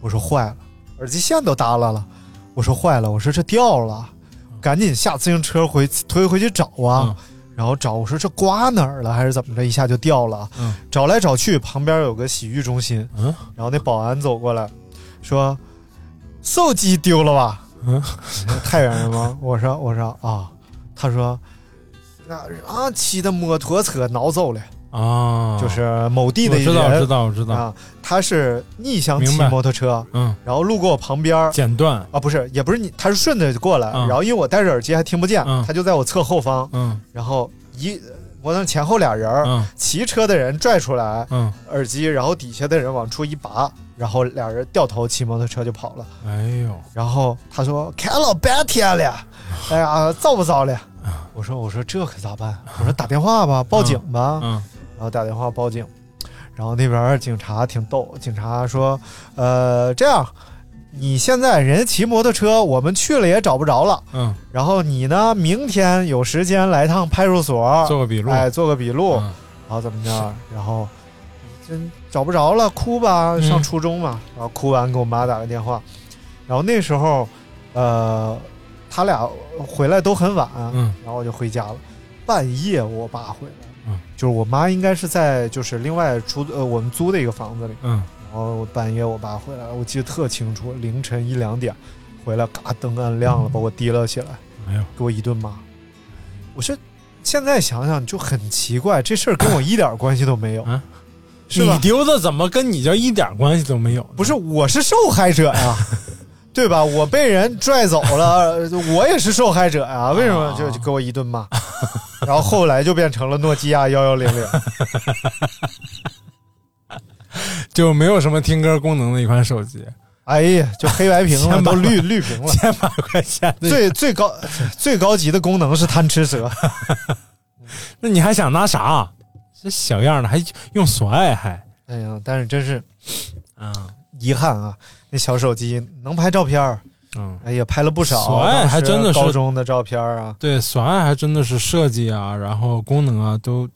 C: 我说坏了，耳机线都耷拉了。我说坏了，我说这掉了，
B: 嗯
C: 赶紧下自行车回推回去找啊。然后找，我说这刮哪儿了，还是怎么着？一下就掉了。
B: 嗯
C: 找来找去，旁边有个洗浴中心，
B: 嗯
C: 然后那保安走过来，说：“手机丢了吧？”
B: 嗯
C: 太原人吗？我说我说啊，他说那啊骑的摩托车挠走了，
B: 啊，
C: 就是某地的
B: 我
C: 一
B: 知道，我知
C: 人
B: 道，我知道，
C: 啊，他是逆向骑
B: 明白
C: 摩托车，
B: 嗯，
C: 然后路过我旁边儿
B: 简断，
C: 啊，不是也不是你，他是顺着过来，
B: 嗯
C: 然后因为我戴着耳机还听不见，
B: 嗯
C: 他就在我侧后方，
B: 嗯
C: 然后一摩登前后俩人儿，
B: 嗯
C: 骑车的人拽出来
B: 嗯，
C: 耳机，然后底下的人往出一拔，然后俩人掉头骑摩托车就跑了。
B: 哎呦，
C: 然后他说：“开了半天 了，哎呀，造不造了？”我说：“我说这可咋办？我说打电话吧，报警吧。
B: 嗯
C: 然后打电话报警，然后那边警察挺逗，警察说：“呃，这样，你现在人骑摩托车，我们去了也找不着了。
B: 嗯，
C: 然后你呢，明天有时间来趟派出所，
B: 做个笔录，
C: 哎，做个笔录，
B: 嗯
C: 然后怎么着？然后真找不着了，哭吧，上
B: 嗯
C: 初中嘛。然后哭完给我妈打个电话，然后那时候，呃，他俩回来都很晚，
B: 嗯
C: 然后我就回家了。半夜我爸回来，
B: 嗯
C: 就是我妈应该是在就是另外出呃我们租的一个房子里，
B: 嗯
C: 然后我半夜我爸回来了，我记得特清楚，凌晨一两点回来，嘎灯按亮了，把我提溜起来，
B: 哎呦，
C: 给我一顿骂。我说现在想想就很奇怪，这事儿跟我一点关系都没有，
B: 啊
C: 是吧
B: 你？丢的怎么跟你就一点关系都没有？
C: 不是，我是受害者呀、
B: 啊
C: 对吧？我被人拽走了， 我也是受害者呀、为什么就就给我一顿 骂？然后后来就变成了诺基亚幺幺零零，
B: 就没有什么听歌功能的一款手机，
C: 哎呀，就黑白屏了，
B: 千
C: 都
B: 万
C: 绿绿屏了。
B: 千把块钱的，
C: 最最高最高级的功能是贪吃 蛇，
B: 那你还想拿啥？这小样的还用索爱还？
C: 哎呀，但是真是
B: 嗯
C: 遗憾啊，那小手机能拍照片儿，
B: 嗯，
C: 哎呀，拍了不少，
B: 索爱还真的
C: 当
B: 是
C: 时高中的照片儿啊。
B: 对，索爱还真的是设计啊，然后功能啊都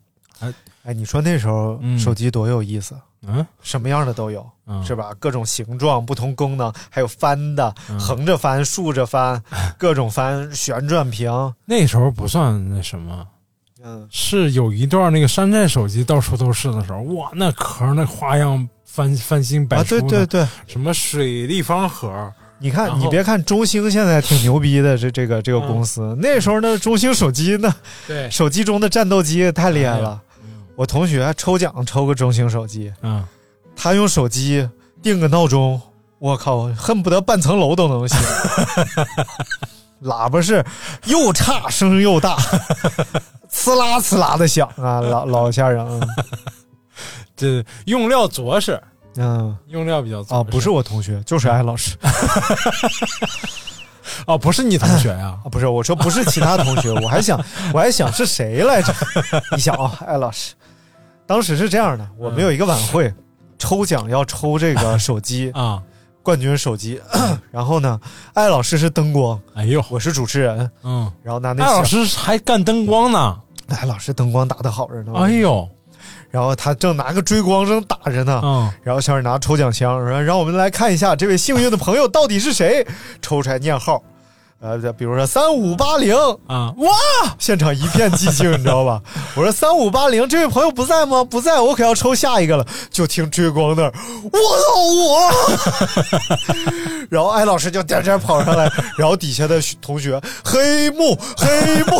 C: 哎，你说那时候
B: 嗯
C: 手机多有意思，啊
B: 嗯
C: 什么样的都有，
B: 嗯
C: 是吧？各种形状、不同功能，还有翻的、
B: 嗯
C: 横着翻、竖着 翻，各种翻、旋转屏。
B: 那时候不算那什么。
C: 嗯，
B: 是有一段那个山寨手机到处都是的时候，哇，那壳儿那花样翻翻新百
C: 啊，
B: 出
C: 对
B: 的、
C: 对对，
B: 什么水立方盒，
C: 你看，
B: 然后
C: 你别看中兴现在挺牛逼的，这这个这个公司，那时候呢，中兴手机呢，
B: 对，
C: 手机中的战斗机太厉害了。
B: 哎嗯
C: 我同学抽奖抽个中兴手机，
B: 嗯，
C: 他用手机定个闹钟，我靠，恨不得半层楼都能响。喇叭是又差声又大，呲啦呲啦的响啊，老老吓人啊。
B: 这用料着实，
C: 嗯
B: 用料比较着实
C: 啊，不是我同学，就是艾老师
B: 哦，不是你同学呀、
C: 啊，不是我说不是其他同学，我还想我还想是谁来着？一想啊，艾老师，当时是这样的，我们有一个晚会，抽奖要抽这个手机
B: 啊，
C: 冠军手机， 然后呢，艾老师是灯光，
B: 哎呦，
C: 我是主持人，
B: 嗯，
C: 然后拿那
B: 艾老
C: 小
B: 师还干灯光呢，
C: 哎，老师灯光打的好着呢。
B: 哎，呦，
C: 然后他正拿个追光正打着呢，
B: 嗯，
C: 然后小冉拿抽奖箱说：“让我们来看一下这位幸运的朋友到底是谁。”抽出来念号，呃，比如说三五八零，
B: 啊，哇，
C: 现场一片寂 静，你知道吧？我说三五八零，这位朋友不在吗？不在，我可要抽下一个了。就听追光那儿，我操我！ 然后艾老师就颠颠跑上来，然后底下的同学黑幕黑幕。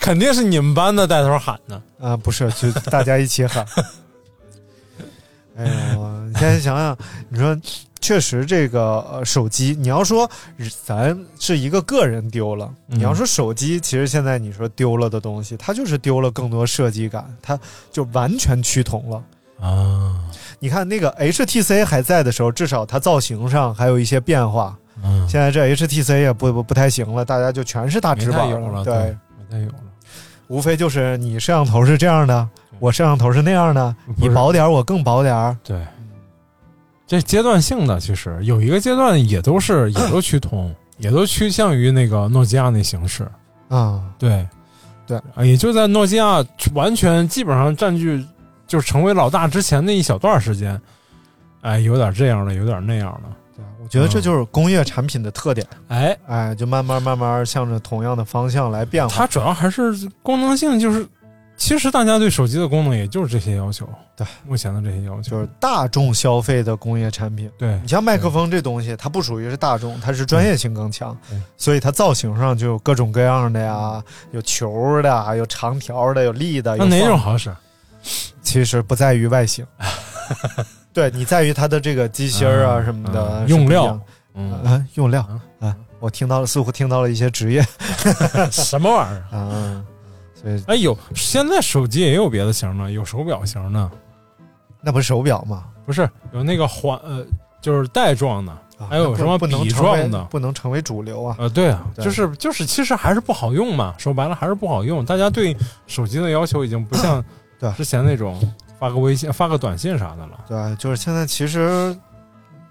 B: 肯定是你们班的带头喊的，
C: 啊，不是，就大家一起喊。 哎呦，你现在想想，你说确实这个呃手机，你要说咱是一个个人丢了，你
B: 嗯
C: 要说手机，其实现在你说丢了的东西，它就是丢了更多设计感，它就完全趋同了。
B: 啊，
C: 你看那个 HTC 还在的时候，至少它造型上还有一些变化。
B: 嗯，
C: 现在这 HTC 也不不不太行了，大家就全是大
B: 没
C: 直
B: 太
C: 板
B: 有了，
C: 对，，
B: 没太有了，
C: 无非就是你摄像头是这样的，我摄像头是那样的，
B: 不
C: 你
B: 是
C: 薄点儿，我更薄点儿。
B: 对，这阶段性的其实有一个阶段也都 是也都趋同，也都趋向于那个诺基亚那形式。
C: 啊、
B: 对，
C: 对
B: 啊，也就在诺基亚完全基本上占据就成为老大之前那一小段时间，哎，有点这样的，有点那样的，
C: 对，我觉得这就是工业产品的特点，
B: 哎，
C: 哎，就慢慢慢慢向着同样的方向来变化。
B: 它主要还是功能性，就是其实大家对手机的功能也就是这些要求，
C: 对，
B: 目前的这些要求，
C: 就是大众消费的工业产品。
B: 对
C: 你，像麦克风这东西，它不属于是大众，它是专业性更强
B: 对，
C: 所以它造型上就有各种各样的呀，有球的，有长条的，有立的。
B: 那
C: 有
B: 哪
C: 放
B: 种合适？
C: 其实不在于外 形，对你在于它的这个机芯儿啊
B: 嗯
C: 什么的
B: 嗯
C: 是不一样
B: 用料，嗯
C: 啊，用料
B: 啊
C: 啊，我听到了，似乎听到了一些职业嗯
B: 什么玩意儿？
C: 啊， 所以
B: 哎，有现在手机也有别的型的，有手表型的，
C: 那不是手表吗？
B: 不是有那个环呃，就是带状的，
C: 啊
B: 还有
C: 那不
B: 什么
C: 不能
B: 笔
C: 成为
B: 状的
C: 不能成为主流啊？
B: 呃，对啊，
C: 对
B: 就是就是，其实还是不好用嘛。说白了还是不好用。大家对手机的要求已经不像
C: 对
B: 之前那种发个微信、发个短信啥的了。
C: 对，就是现在其实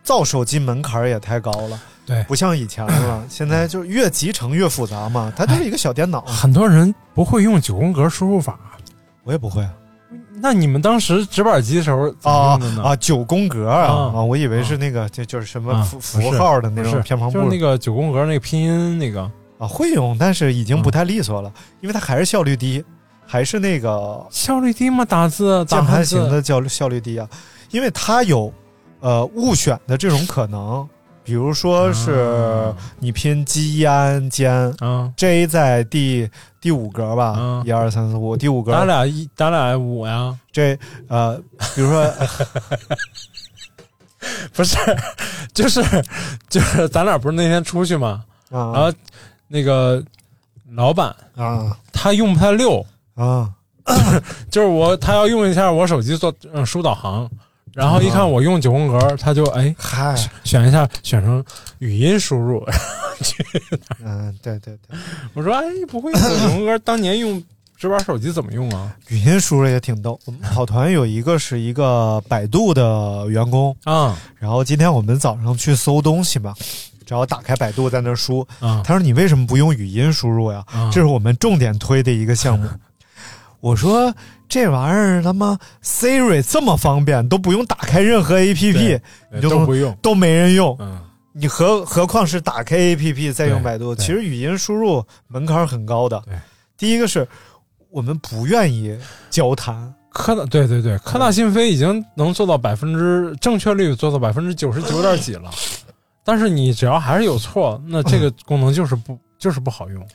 C: 造手机门槛儿也太高了，
B: 对
C: 不像以前了。 现在就是越集成越复杂嘛，它就是一个小电脑。
B: 很多人不会用九宫格输入法，
C: 我也不会啊
B: 那你们当时直板机的时候咋
C: 啊
B: 用的呢？
C: 啊，九宫格啊
B: 啊
C: 啊，我以为是那个就就是什
B: 啊
C: 么符
B: 不
C: 符
B: 是
C: 号的那
B: 不
C: 种
B: 是，
C: 偏旁部
B: 就是那个九宫格那个拼音那个嗯
C: 啊，会用，但是已经不太利索了，因为它还是效率低，还是那个
B: 效率低吗？打字
C: 键
B: 打汉
C: 盘
B: 字
C: 型的效率效率低啊，因为它有呃误选的这种可能，比如说是你拼鸡安尖
B: 啊，
C: J 在第第五格吧
B: 嗯，
C: 一二三四五，第五
B: 咱
C: 格
B: 俩一咱俩五呀，
C: J 呃，比如说
B: 不是，就是就是咱俩不是那天出去吗？然
C: 啊
B: 后那个老板
C: 啊
B: 他用不太溜，
C: 啊
B: 就是我他要用一下我手机做嗯输导航，然后一看我用九宫格，他就哎
C: 嗨，
B: 选一下选成语音输入，
C: 嗯，对对对，
B: 我说哎 不会用九宫格，当年用直板手机怎么用啊？
C: 语音输入也挺逗。我们跑团有一个是一个百度的员工，
B: 啊
C: 然后今天我们早上去搜东西嘛，然后打开百度在那儿输，
B: 啊
C: 他说你为什么不用语音输入呀？
B: 啊
C: 这是我们重点推的一个项 目。我说这玩意儿他妈 Siri 这么方便，都不用打开任何 APP，
B: 对
C: 你就
B: 都不用，
C: 都没人用，
B: 嗯
C: 你何何况是打开 APP 再用
B: 对
C: 百度？
B: 对
C: 其实语音输入门槛很高的
B: 对。
C: 第一个是我们不愿意交谈，
B: 科大对对对，科大讯飞已经能做到百分之正确率做到百分之九十九点几了，但是你只要还是有错，那这
C: 嗯
B: 个功能就是不就是不好用。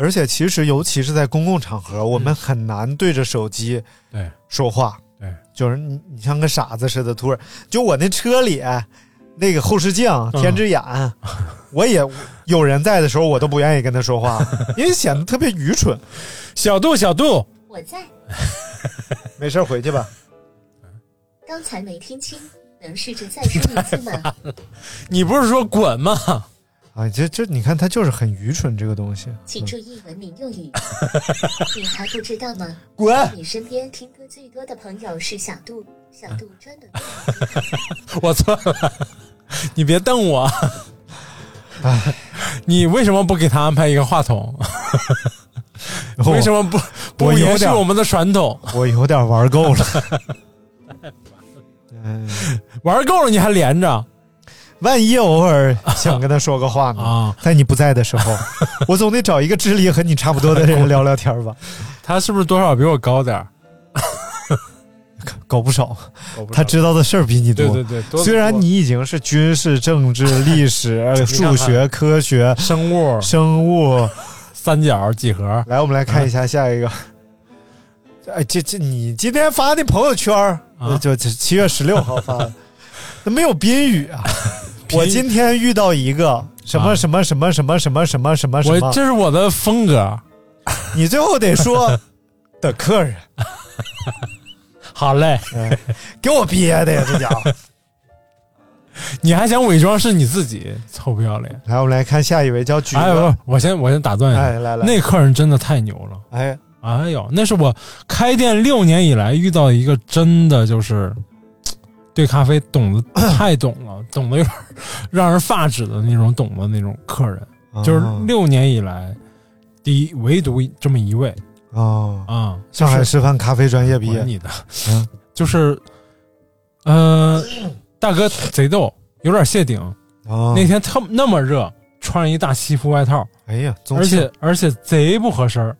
C: 而且其实尤其是在公共场合，我们很难对着手机
B: 嗯对
C: 说话。
B: 对，
C: 就是你你像个傻子似的，突然就我那车里那个后视镜
B: 嗯
C: 天之 眼，我也有人在的时候，我都不愿意跟他说 话，因为显得特别愚蠢。
B: 小度小度，
D: 我在，
C: 没事儿回去吧。
D: 刚才没听清，能试着再说一次 吗？
B: 你不是说滚吗？
C: 啊，这这你看他就是很愚蠢这个东西。
D: 请注意文明 用语。你还不知道吗？
C: 滚！
D: 你身边听歌最多的朋友是小度，小度专门
B: 我错了，你别瞪我。你为什么不给他安排一个话筒？
C: 我
B: 为什么不不
C: 我有
B: 延续
C: 点
B: 我们的传统？
C: 哦我有点玩够 了。嗯，
B: 玩够了你还连着
C: 万一偶尔想跟他说个话呢？
B: 啊？
C: 在你不在的时 候，我总得找一个智力和你差不多的人聊聊天吧。
B: 他是不是多少比我高点儿？
C: 搞不少，
B: 我不知道
C: 他知道的事儿比你多。
B: 对对对，多
C: 虽然
B: 多
C: 你已经是军事、政 治、历史、呃数学、科学、
B: 生 物
C: 生物，
B: 三角几何，
C: 来，我们来看一下下一个。
B: 啊
C: 哎，这这，你今天发的朋友圈儿，呃
B: 啊
C: 就就七月十六号发 的，那没有宾语啊。
B: 语
C: 我今天遇到一个什么
B: 啊
C: 什么什么什么什么什么什么什
B: 我
C: 么，
B: 这是我的风格。
C: 你最后得 说的客人。
B: 好嘞，
C: 哎给我憋的呀，这 家伙。
B: 你还想伪装是你自己，臭不要脸！
C: 来，我们来看下一位，叫橘
B: 哎，不
C: 子
B: 是。，我先我先打断一下，
C: 哎，来来，
B: 那客人真的太牛了。
C: 哎，
B: 哎呦，那是我开店六年以来遇到一个真的就是嘖对咖啡懂得太懂了， 懂得有点儿让人发指的那种懂的那种客人，
C: 啊哦
B: 就是六年以来第一唯独这么一位
C: 啊，
B: 啊、就
C: 上
B: 是
C: 海师范咖啡专业毕
B: 管
C: 业
B: 你的，
C: 嗯
B: 就是呃，大哥贼逗，有点谢顶。
C: 啊。
B: 那天特那么热，穿着一大西服外套，
C: 哎呀，宗
B: 而
C: 庆
B: 且而且贼不合身儿。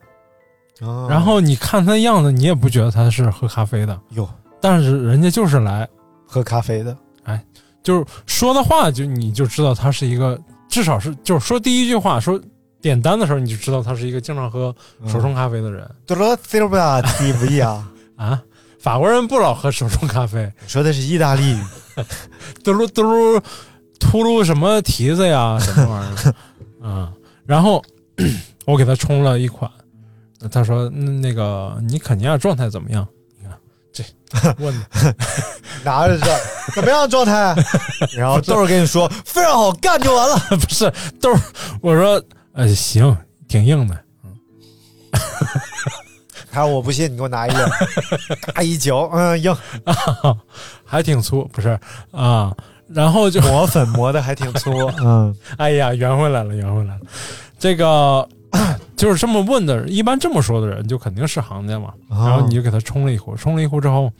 C: 啊
B: 然后你看他的样子，你也不觉得他是喝咖啡的，
C: 哟，
B: 但是人家就是来，
C: 喝咖啡的
B: 就是说的话就你就知道他是一个，至少是就是说第一句话说点单的时候，你就知道他是一个经常喝
C: 嗯
B: 手冲咖啡的人、
C: 多罗西罗巴蒂不一啊，
B: 啊。法国人不老喝手冲咖啡，
C: 你说的是意大利 语
B: 嘟噜嘟噜，秃噜什么蹄子呀，什么玩意儿，啊，然后 我给他充了一款，他说嗯那个你肯尼亚状态怎么样？你看 这问的
C: 拿着这怎么样状 态？然后豆儿跟你说非常好干就完了，
B: 不是豆儿，我说呃行，挺硬的，
C: 他说我不信，你给我拿 一个，嘎一嚼，嗯，硬，
B: 啊， 还挺粗，不是啊，然后就
C: 磨粉磨的还挺粗， 嗯，
B: 哎呀，圆回来了，圆回来了。这个 就是这么问的人，一般这么说的人，就肯定是行家嘛。
C: 哦
B: 然后你就给他冲了一壶，冲了一壶之后，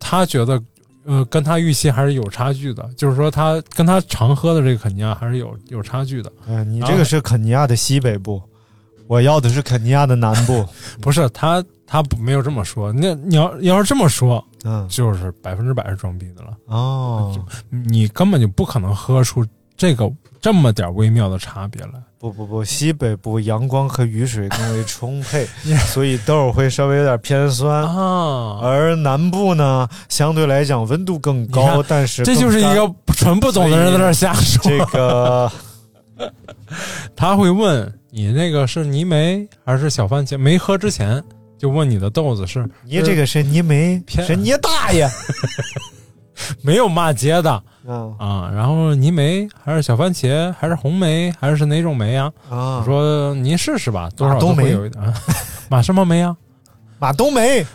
B: 他觉得呃，跟他预期还是有差距的，就是说他跟他常喝的这个肯尼亚还是有有差距的。
C: 嗯，你这个是肯尼亚的西北部，我要的是肯尼亚的南部，
B: 不是他，他不没有这么说。那你要要是这么说，
C: 嗯，
B: 就是百分之百是装逼的了。
C: 哦，
B: 你根本就不可能喝出这个这么点微妙的差别来。
C: 不不不，西北部阳光和雨水更为充 沛，所以豆儿会稍微有点偏酸。
B: 啊
C: 而南部呢，相对来讲温度更
B: 你
C: 高，
B: 看
C: 但是
B: 这就是一
C: 更干
B: 个纯不懂的人在那儿瞎说。
C: 这 个
B: 他会问你那个是泥煤还是小番茄？没喝之前就问你的豆子是
C: 你这个是泥煤，
B: 偏啊
C: 是你大爷，
B: 呃没有骂街的
C: 嗯
B: 啊。然后泥煤还是小番茄还是红梅还是哪种梅啊？
C: 啊
B: 我，说您试试吧，多少
C: 马冬
B: 会
C: 梅
B: 有一点。啊马什么梅啊？
C: 马冬梅，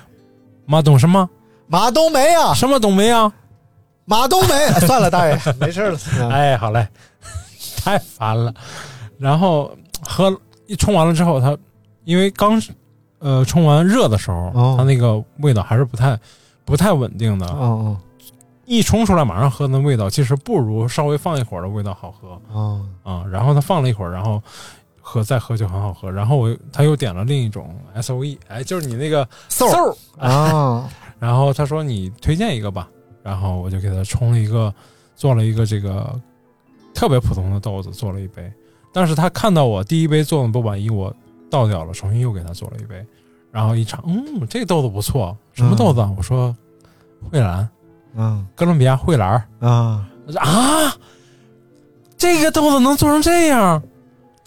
B: 马懂什么？
C: 马冬梅啊，
B: 什么懂梅啊？
C: 马冬梅，哎算了，大 爷，没事了，嗯
B: 哎，好嘞， 太烦了。然后喝了一冲完了之后，它因为刚呃冲完热的时候，
C: 哦
B: 它那个味道还是不太不太稳定的。
C: 哦
B: 一冲出来马上喝那味道，其实不如稍微放一会儿的味道好喝
C: 哦哦，
B: 啊、然后它放了一会儿，然后喝再喝就很好喝。然后我又他又点了另一种 S O E，哎，就是你那个
C: 嗖
B: 嗖哎
C: 啊，
B: 然后他说你推荐一个吧，然后我就给他冲了一个，做了一个这个特别普通的豆子，做了一杯。但是他看到我第一杯做的不满意，我倒掉了，重新又给他做了一杯。然后一尝，嗯，这个豆子不错，什么豆子啊？我说蕙兰，
C: 嗯
B: 哥伦比亚蕙兰儿。
C: 啊，
B: 他说啊，这个豆子能做成这样，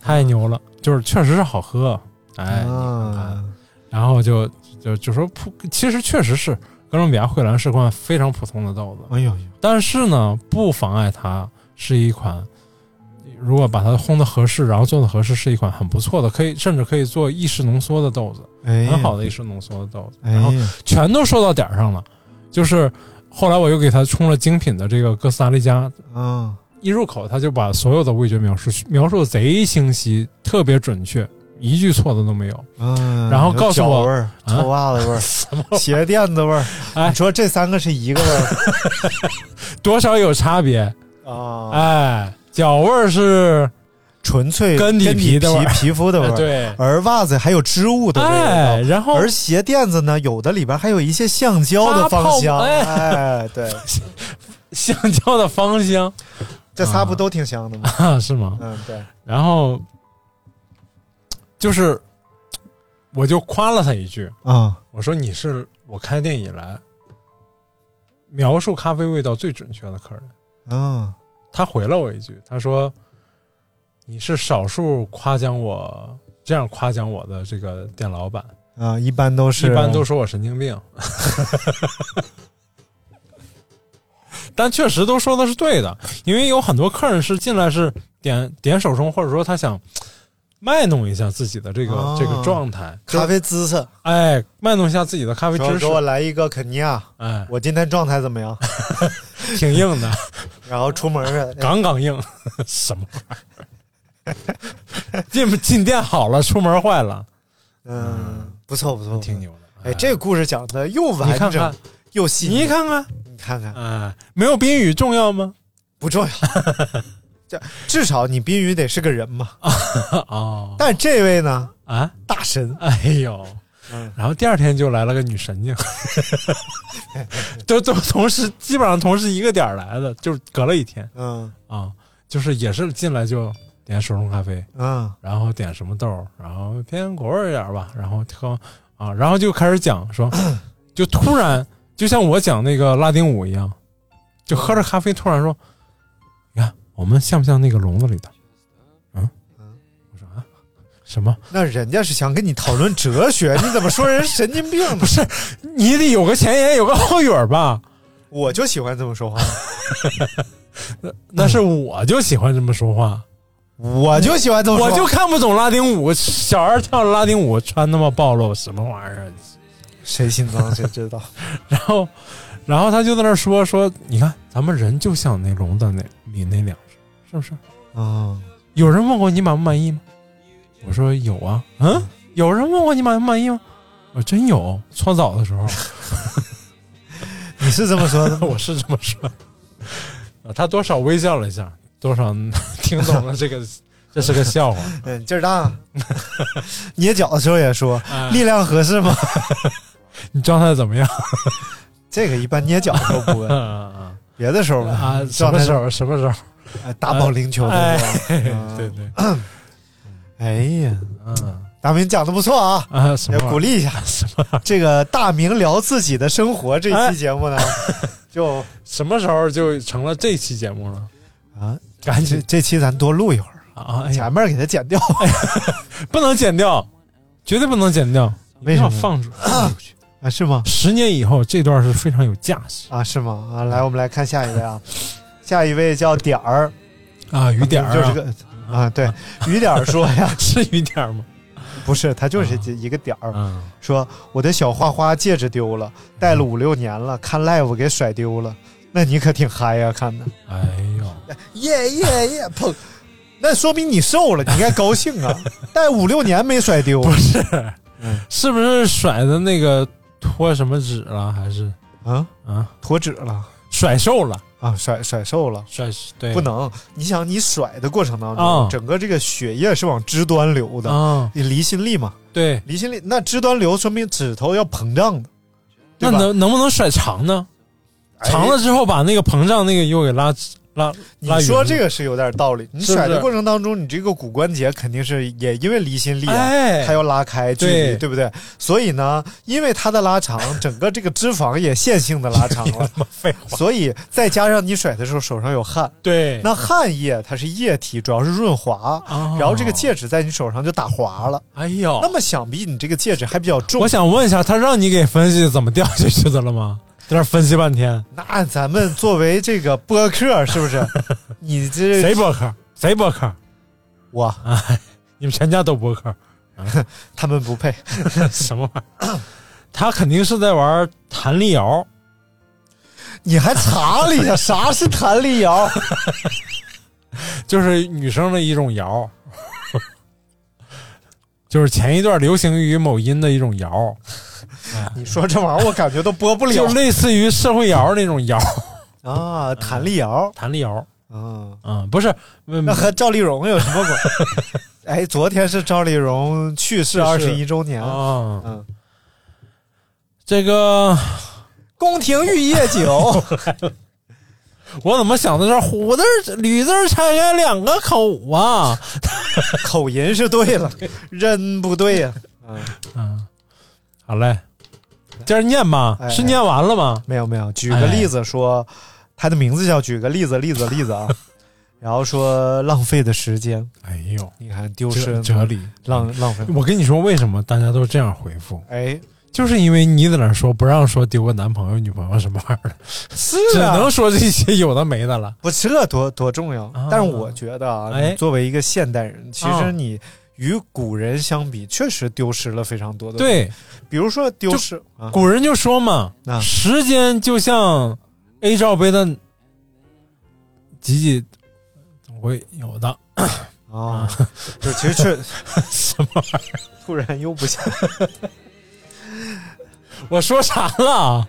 B: 太牛了！就是确实是好喝，哎，你看看
C: 啊，
B: 然后就就就说普，其实确实是哥伦比亚蕙兰是款非常普通的豆子，
C: 哎呦呦，
B: 但是呢，不妨碍它是一款，如果把它烘的合适，然后做的合适，是一款很不错的，可以甚至可以做意式浓缩的豆子，
C: 哎，
B: 很好，的意式浓缩的豆子。
C: 哎
B: 然后
C: 呀，
B: 全都说到点儿上了，就是后来我又给它冲了精品的这个哥斯达黎加。
C: 啊，
B: 一入口，他就把所有的味觉描述描述得贼清晰，特别准确，一句错的都没有。
C: 嗯，
B: 然后告诉我
C: 有脚味儿、
B: 啊
C: 臭袜 子味儿、鞋垫子味儿，
B: 哎
C: 你说这三个是一个味 儿
B: 多少有差别，
C: 啊？
B: 哎，脚味儿是
C: 纯粹
B: 跟你
C: 你
B: 皮的味儿
C: 皮皮肤的味
B: 哎
C: 儿，
B: 对，
C: 而袜子还有织物的味
B: 哎，
C: 道。
B: 然后
C: 啊 而鞋垫子呢，有的里边还有一些橡胶的芳香，
B: 发泡
C: 哎，对，
B: 橡胶的芳香
C: 这仨不都挺香的吗？
B: 啊，是吗？
C: 嗯，对，
B: 然后就是我就夸了他一句，
C: 啊，
B: 我说你是我开店以来描述咖啡味道最准确的客人。
C: 嗯，
B: 他回了我一句，他说你是少数夸奖我这样夸奖我的这个店老板，
C: 啊，一般都是，哦
B: 一般都说我神经病， 但确实都说的是对的，因为有很多客人是进来是点点手冲，或者说他想卖弄一下自己的这个、
C: 哦
B: 这个状态，
C: 咖啡姿势，
B: 哎，卖弄一下自己的咖啡
C: 说
B: 知
C: 给
B: 识，
C: 我来一个肯尼亚，
B: 哎，
C: 我今天状态怎么 样？
B: 挺硬的，
C: 然后出门儿，
B: 杠杠硬， 什么玩意儿？进进店好了，出门坏了，
C: 嗯，不错不错，不错
B: 挺。牛的。
C: 哎，这个故事讲的又
B: 你
C: 完
B: 看
C: 整
B: 看，
C: 又细腻，
B: 你看看，
C: 你看看
B: 哎，没有宾语重要吗？
C: 不重要，这至少你宾语得是个人嘛。
B: 哦
C: 但这位呢，
B: 啊，
C: 大神，
B: 哎呦
C: 嗯，
B: 然后第二天就来了个女 神经，都都同时基本上同时一个点儿来的，就是隔了一天
C: 嗯
B: 啊，就是也是进来就点手冲咖啡，
C: 嗯
B: 然后点什么豆儿，然后偏果味儿一点儿吧，然后喝啊，然后就开始讲说， 就突然就像我讲那个拉丁舞一样，就喝着咖啡突然说，你看我们像不像那个笼子里的？嗯啊什么？
C: 那人家是想跟你讨论哲学，你怎么说人神经病呢？不 是，
B: 你得有个前言，有个后语儿吧？
C: 我就喜欢这么说话，
B: 那是我就喜欢这么说话，
C: 我就喜欢这么说
B: 我
C: 话，
B: 就看不懂拉丁舞，小孩跳拉丁舞穿那么暴露，什么玩意儿啊？
C: 谁心脏谁知道？
B: 然后，然后他就在那儿说说，你看咱们人就像那笼子那里那粮食，是不是？
C: 啊，
B: 有人问过你满不满意吗？我说有啊，嗯，有人问过你满不满意吗？我真有，搓澡的时候
C: 你是这么说的吗？
B: 我是这么说，啊他多少微笑了一下，多少听懂了这个 这是个笑话，
C: 嗯，劲儿大。捏脚的时候也说
B: 哎
C: 力量合适吗？
B: 你状态怎么样？
C: 这个一般捏脚都不 问，
B: 啊
C: 别的时候问
B: 啊，什
C: 状
B: 么
C: 态
B: 时候？什么时候？啊
C: 哎打保龄球的时候。
B: 哎对
C: 嗯
B: 对，
C: 哎呀，
B: 嗯
C: 大明讲的不错啊，
B: 啊，什
C: 要
B: 么玩意儿
C: 鼓励一下。
B: 什么玩意儿
C: 这个大明聊自己的生活这一期节目呢，
B: 哎
C: 就
B: 什么时候就成了这期节目了？
C: 啊，
B: 赶
C: 这
B: 紧
C: 这期咱多录一会儿，
B: 啊！哎呀，
C: 前面给它剪掉。
B: 不能剪掉，绝对不能剪掉，
C: 为什么
B: 一定要放出放出去？
C: 啊，是吗？
B: 十年以后，这段是非常有价值
C: 啊，是吗？啊，
B: 嗯
C: 来，我们来看下一位啊，下一位叫点儿，
B: 啊！雨点儿啊
C: 就是个啊，对，雨点儿说 呀，
B: 是雨点儿吗？
C: 不是，他就是一个点儿，
B: 嗯，
C: 说我的小花花戒指丢了，戴了五六年了，看 live 给甩丢了，那你可挺嗨呀、看的，
B: 哎呦，
C: 耶耶 耶，砰！那说明你瘦了，你应该高兴 啊，戴五六年没甩丢，
B: 是不是甩的那个脱什么脂了？还是
C: 啊，
B: 啊，
C: 脱脂了
B: 甩瘦了？
C: 啊，甩甩瘦了。
B: 甩对，
C: 不能，你想你甩的过程当中，
B: 啊
C: 整个这个血液是往肢端流的，
B: 啊，
C: 你离心力嘛，
B: 对，
C: 离心力，那肢端流说明指头要膨胀的，
B: 那
C: 对吧
B: 能能不能甩长呢？
C: 哎
B: 长了之后把那个膨胀那个又给拉拉
C: 你
B: 拉
C: 说
B: 匀
C: 这个是有点道理。你
B: 是不
C: 甩的
B: 是
C: 过程当中，你这个骨关节肯定是也因为离心力啊，
B: 哎
C: 它要拉开距离，
B: 对
C: 对不对？所以呢，因为它的拉长，整个这个脂肪也线性的拉长 了，
B: 废话，
C: 所以再加上你甩的时候手上有汗，
B: 对，
C: 那汗液它是液体，主要是润滑，
B: 哦
C: 然后这个戒指在你手上就打滑了。
B: 哎呦
C: 那，么想必你这个戒指还比较重
B: 我，想问一下，他让你给分析怎么掉下去的了吗？ 在那儿分析半天，
C: 那咱们作为这个播客，是不 是？你这
B: 谁播客？谁播客？
C: 我
B: 你们全家都播客？
C: 他们不配。
B: 什么玩意儿？他肯定是在玩弹力摇，
C: 你还查了一 下啥是弹力摇？
B: 就是女生的一种摇， 就是前一段流行于某音的一种摇，
C: 你说这玩意儿，我感觉都播不
B: 就
C: 了
B: 类似于社会摇那种摇，
C: 啊！弹力摇，
B: 弹力摇。
C: 嗯，
B: 嗯，不是，嗯
C: 那和赵丽蓉有什么 关？哎，昨天是赵丽蓉去世二
B: 去世
C: 十一周年，
B: 啊，
C: 嗯，
B: 这个
C: 宫廷玉液酒，
B: 我怎么想的是虎字儿吕字儿拆开两个口啊？
C: 口音是对 了，人不对呀、嗯，
B: 嗯，好嘞，接着念吧，
C: 哎
B: 是念完了吗？
C: 没有没有，举个例子说，他的名字叫举个例子例子例子 啊，然后说浪费的时间，
B: 哎呦，
C: 你看丢
B: 哲
C: 失
B: 哲理。
C: 浪浪费，
B: 我跟你说，为什么大家都这样回复？
C: 哎，
B: 就是因为你在那儿说不让说丢个男朋友、女朋友什么玩意儿的，
C: 是
B: 只
C: 啊，
B: 能说这些有的没的了。
C: 不，这多多重要
B: 啊！
C: 但是我觉得啊，
B: 哎
C: 你作为一个现代人，其实
B: 啊
C: 你与古人相比，确实丢失了非常多的。，
B: 对，
C: 比如说丢失啊，
B: 古人就说嘛，
C: 啊
B: 时间就像 A 罩杯的几几，我有的
C: 啊，就其实确
B: 什么玩意
C: 突然又 不行，
B: 儿？我说啥 了？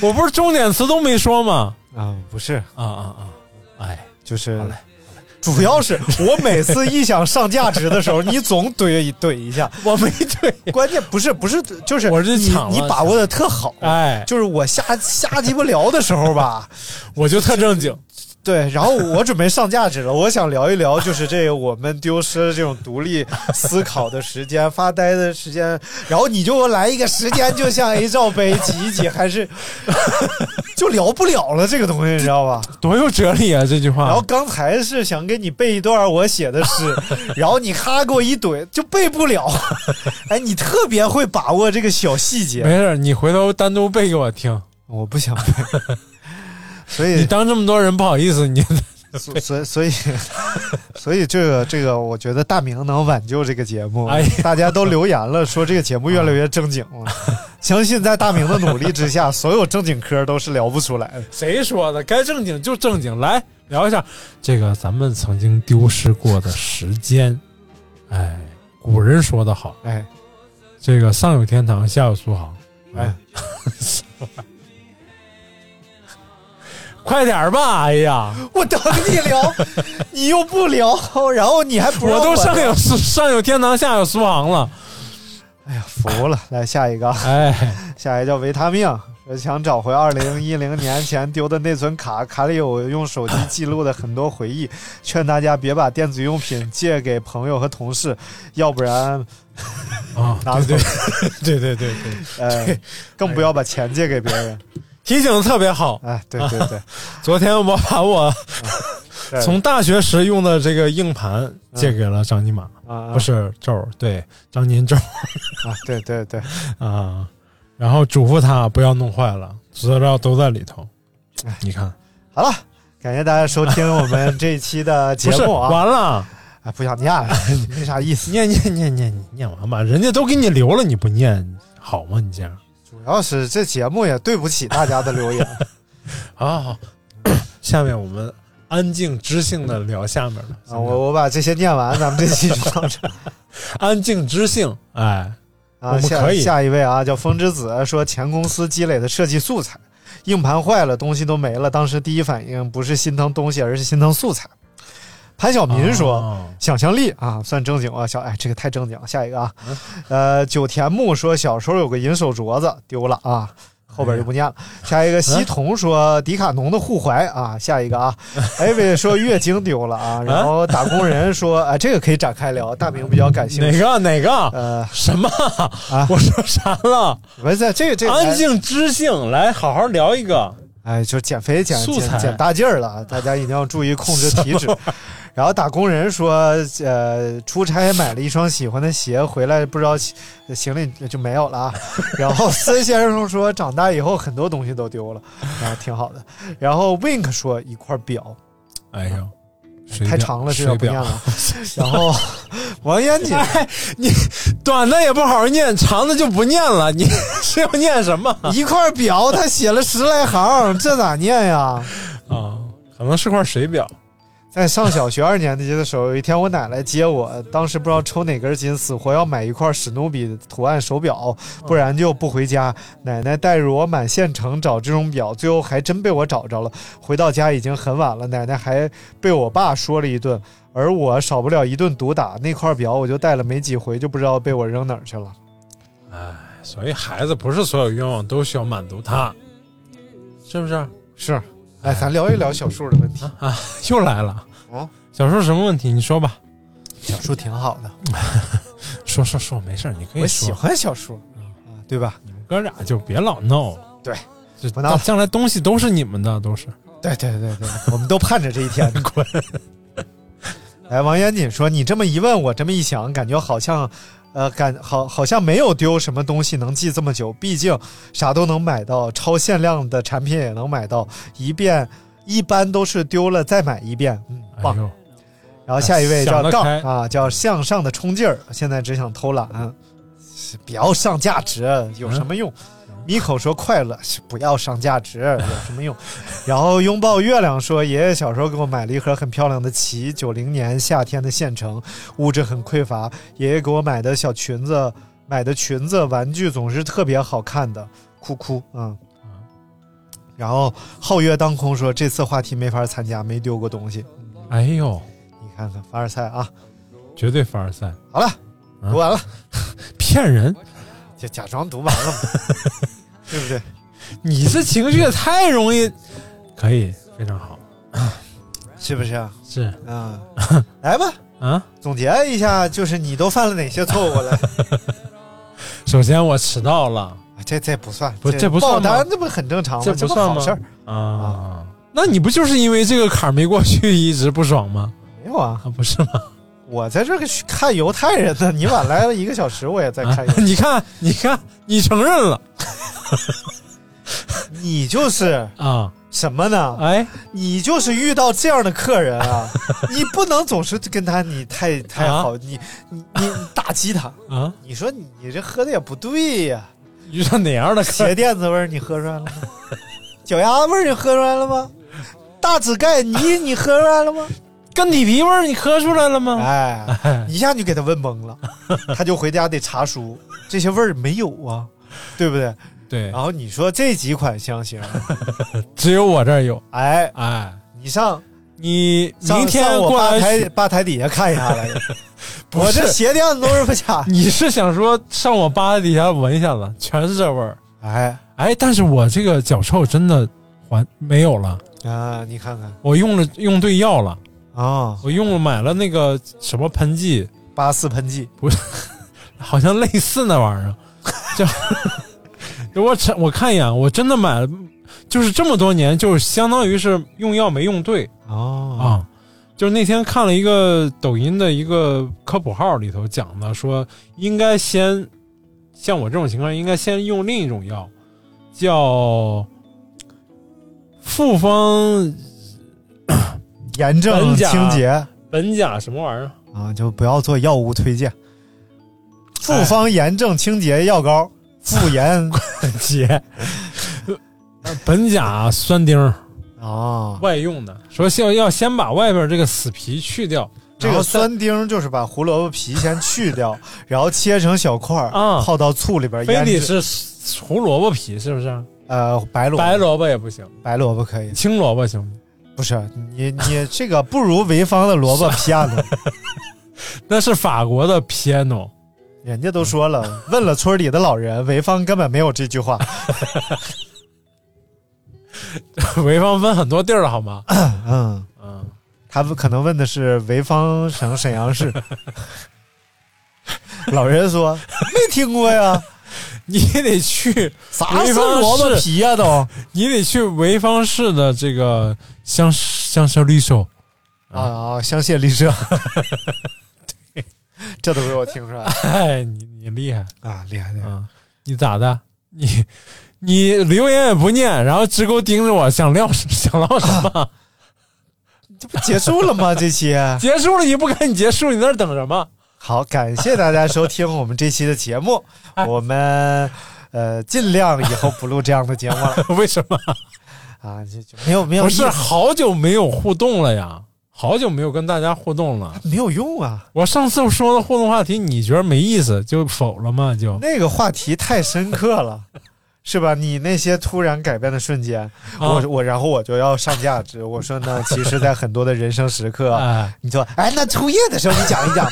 B: 我不是重点词都没说吗？
C: 啊，不是，
B: 啊啊啊！哎，
C: 就是
B: 好嘞。
C: 主要是我每次一想上价值的时候，你总怼一怼一下。
B: 我没对，
C: 关键不是不是，就是
B: 我是
C: 你
B: 抢了
C: 你把握的特好。
B: 哎，
C: 就是我瞎瞎鸡巴聊的时候吧，
B: 我就特正经，
C: 对，然后我准备上价值了，我想聊一聊，就是这个我们丢失了这种独立思考的时间、发呆的时间，然后你就给我来一个时间，就像 A 罩杯挤一挤，还是 就聊不了了这个东西，你知道吧？
B: 多有哲理啊！这句话，
C: 然后刚才是想给你背一段我写的诗，然后你咔给我一怼，就背不了。 哎，你特别会把握这个小细
B: 没
C: 节，
B: 事儿，你回头单独背给我听。
C: 我不想背，所以
B: 你当这么多人不好意思，你
C: 所所以 所以所以这个这个，我觉得大明能挽救这个节目。
B: 哎呀
C: 大家都留言了，说这个节目越来越正经 了。相信在大明的努力之下，所有正经科都是聊不出来的。
B: 谁说的？该正经就正经，来聊一下这个咱们曾经丢失过的时间。哎，古人说得好，
C: 哎，
B: 这个上有天堂，下有苏杭。
C: 哎，
B: 快点儿吧！哎呀，
C: 我等你聊，你又不聊，然后你还不让
B: 我都上
C: 聊
B: 有苏上有天堂，下有苏杭了。
C: 哎呀，服了。来下一个啊，
B: 哎，
C: 下一个叫维他命。说想找回二零一零年前丢的内存卡，卡里有用手机记录的很多回忆。劝大家别把电子用品借给朋友和同事，要不然
B: 啊，
C: 拿
B: 对
C: 走
B: 对对对对对，
C: 呃，更不要把钱借给别人。
B: 提醒得特别好。
C: 哎，对对 对，
B: 昨天我把我
C: 对
B: 啊从大学时用的这个硬盘借给了张尼玛，
C: 啊
B: 不是周儿，对张您周
C: 啊，对对对，
B: 啊，然后嘱咐他不要弄坏了，资料都在里头。
C: 哎
B: 你看，
C: 好了，感谢大家收听我们这一期的节
B: 不是
C: 目啊！
B: 完了，
C: 哎，不想念了， 没啥意思。
B: 念念念念，你念完吧，人家都给你留了，你不念好吗？你这样
C: 主要是这节目也对不起大家的留言。
B: 好 好好，下面我们安静知性的聊下面了，
C: 啊，我我把这些念完，咱们这期就到这儿。
B: 安静知性，哎，我
C: 啊，
B: 们
C: 下
B: 可以
C: 下一位啊，叫风之子，说前公司积累的设计素材，硬盘坏了，东西都没了。当时第一反应不是心疼东西，而是心疼素材。潘晓明说：“
B: 哦
C: 想象力啊，算正经啊，小哎，这个太正经了。下一个啊，
B: 嗯
C: 呃，九田木说小时候有个银手镯子丢了
B: 哎
C: 啊，后边就不念了。下一个西童说迪卡侬的护踝啊，下一个 啊，艾薇说月经丢了啊，然后打工人说啊，这个可以展开聊，大明比较感兴
B: 哪
C: 趣。
B: 个哪个
C: 呃，
B: 什么？我说啥了？
C: 不是这个这个
B: 安，静知性，来好好聊一个。
C: 哎，就减肥减
B: 素材
C: 减减大劲儿了，啊大家一定要注意控制体脂。然后打工人说，呃，出差买了一双喜欢的鞋，回来不知道行行李就没有了 啊。然后孙先生说，长大以后很多东西都丢了，啊，挺好的。然后 Wink 说一块表，
B: 哎呦，水
C: 太
B: 表
C: 长了，这个
B: 水
C: 不念
B: 表，
C: 了。 然后王嫣姐，
B: 短的也不好好念，长的就不念了。你是要念什么
C: 一块表，他写了十来行，这咋念呀？
B: 啊？可能是块水表。
C: 在上小学二年级的时候，有一天我奶奶接我，当时不知道抽哪根筋，死活要买一块史努比图案手表，不然就不回家。奶奶带着我满县城找这种表，最后还真被我找着了。回到家已经很晚了，奶奶还被我爸说了一顿，而我少不了一顿毒打。那块表我就戴了没几回，就不知道被我扔哪儿去了。
B: 所以孩子不是所有愿望都需要满足他，是不是？
C: 是，哎，咱聊一聊小树的问题。
B: 又来了。
C: 哦，
B: 小叔什么问题？你说吧。
C: 小树挺好的，
B: 说说说，没事儿，你可
C: 我
B: 以
C: 喜
B: 说。
C: 欢小树，啊，对吧？
B: 你们哥俩就别老闹了。
C: 对
B: 这，
C: 不闹了
B: 将来东西都是你们的，都是。
C: 对对对对，我们都盼着这一天。滚！来，王严谨说：“你这么一问，我这么一想，感觉好像，呃，感好好像没有丢什么东西能记这么久。毕竟啥都能买到，超限量的产品也能买到，一遍一般都是丢了再买一遍。嗯，
B: 哎
C: 棒。
B: 呦，
C: 然后下一位
B: 想
C: 叫
B: 得
C: 杠
B: 开
C: 啊，叫向上的冲劲儿，现在只想偷懒，不要上价值，有什么用？
B: 嗯
C: 米口说快乐，不要上价值，有什么用？ 然后拥抱月亮说，爷爷小时候给我买了一盒很漂亮的旗，九零年夏天的县城，物质很匮乏，爷爷给我买的小裙子，买的裙子玩具总是特别好看的，哭哭啊。嗯然后皓月当空说：“这次话题没法参加，没丢过东西。
B: 哎呦，
C: 你看看凡尔赛啊，
B: 绝对凡尔赛，
C: 好了，
E: 啊
B: 嗯
C: 读完了，
B: 骗人！
C: 就假装读完 了嘛，对不对？
B: 你这情绪也太容易，可以非常好。
C: 是不是啊？
B: 是
E: 嗯
C: 啊，来吧，
B: 啊，
C: 总结一下，就是你都犯了哪些错误 了？
B: 首先我迟到了
C: 啊这这不算，
E: 不这不算
C: 爆
E: 吗
C: 单，这不很正常吗？
E: 这不算吗
C: 好事儿，
B: 啊，那你不就是因为这个坎儿没过去一直不爽吗？
C: 没有啊。
B: 啊，不是吗？
C: 我在这儿看犹太人呢，你晚来了一个小时，我 也在
B: 啊
C: 看犹太人。
B: 你看，你看，你承认了
C: 你就是
B: 啊？
C: 什么呢？
B: 哎，
C: 你就是遇到这样的客 人啊，你不能总是跟他你太太
B: 啊
C: 好，你你你你打击他。
B: 啊，
C: 你说你你这喝的也不对呀、
B: 遇上哪样的客
C: 鞋垫子味儿你喝出来了吗？ 脚丫味儿你喝出来了吗？大指盖泥你喝出来了 吗？
B: 跟你皮味儿你喝出来了吗？
C: 哎，一下就给他问懵了，他就回家得查书，这些味儿没有啊，对不
B: 哎
C: 对？
B: 对
C: 然，后你说这几款香型，
B: 只有我这儿有。
C: 哎，
B: 哎，
C: 你上
B: 你
C: 上
B: 明天
C: 上我
B: 过
C: 吧
B: 来
C: 台
B: 取，
C: 吧台底下看一下来着，
B: 不
C: 我
B: 是。
C: 这鞋垫子都是不假
B: 你是想说上我吧台底下闻一下子，全是这味儿？
C: 哎
B: 哎，但是我这个脚臭真的还没有了，
C: 啊，你看看
B: 我用了用对药了，
C: 啊，
B: 我用了买了那个什么喷剂，
C: 八四喷剂，
B: 好像类似那玩意儿，叫 我查我看一眼，我真的买了，就是这么多年，就是相当于是用药没用对
C: 哦
B: 啊。就是那天看了一个抖音的一个科普号里头讲的，说应该先像我这种情况，应该先用另一种药，叫复方
C: 炎症
B: 苯甲
C: 清洁。
B: 苯甲什么玩意儿？
C: 啊，就不要做药物推荐。复
B: 哎
C: 方炎症清洁药膏，复 炎
B: 姐，呃苯甲酸丁儿
C: 啊，
B: 外用的，说要要先把外边这个死皮去掉，
C: 这
B: 然
C: 个
B: 后再
C: 酸丁就是把胡萝卜皮先去 掉，然后切成小块儿，
B: 啊
C: 泡到醋里边
B: 非
C: 腌
B: 得
C: 制。
B: 是胡萝卜皮，是不是？
C: 呃，白萝
B: 白萝卜也不行，
C: 白萝卜可以，
B: 青萝卜行吗？
C: 不是你 你这个不如潍坊的萝卜皮啊亚诺，
B: 那是法国的 piano，
C: 人家都说了，问了村里的老人，潍坊根本没有这句话。
B: 潍坊分很多地儿好吗？
C: 嗯，
B: 嗯，
C: 他们可能问的是潍坊省沈阳市。 老人说没听过呀。
B: 你得去，
C: 啥是萝卜皮呀、都
B: 你得去潍坊市的这个香香榭丽舍，
C: 啊啊！香榭丽舍， 这都被我听出来了
B: 哎，你你厉害
C: 啊！厉害厉害！
B: 啊！你咋的？你你留言也不念，然后直勾盯着我，想聊想唠什么？
C: 这不结束了吗？这期
B: 结束了你不赶紧结束，你在那儿等什么？
C: 好，感谢大家收听我们这期的节目，
B: 哎
C: 我们呃尽量以后不录这样的节目了
B: 为什么？
C: 啊！就就没有没有
B: 不
C: 意
B: 是
C: 思
B: 好久没有互动了呀，好久没有跟大家互动了。
C: 没有用啊！
B: 我上次说的互动话题，你觉得没意思就否了吗？就
C: 那个话题太深刻了。是吧？你那些突然改变的瞬间，
B: 啊
C: 我我然后我就要上价值。我说呢，其实，在很多的人生时刻，
B: 哎，
C: 你说，哎，那初夜的时候你讲一讲，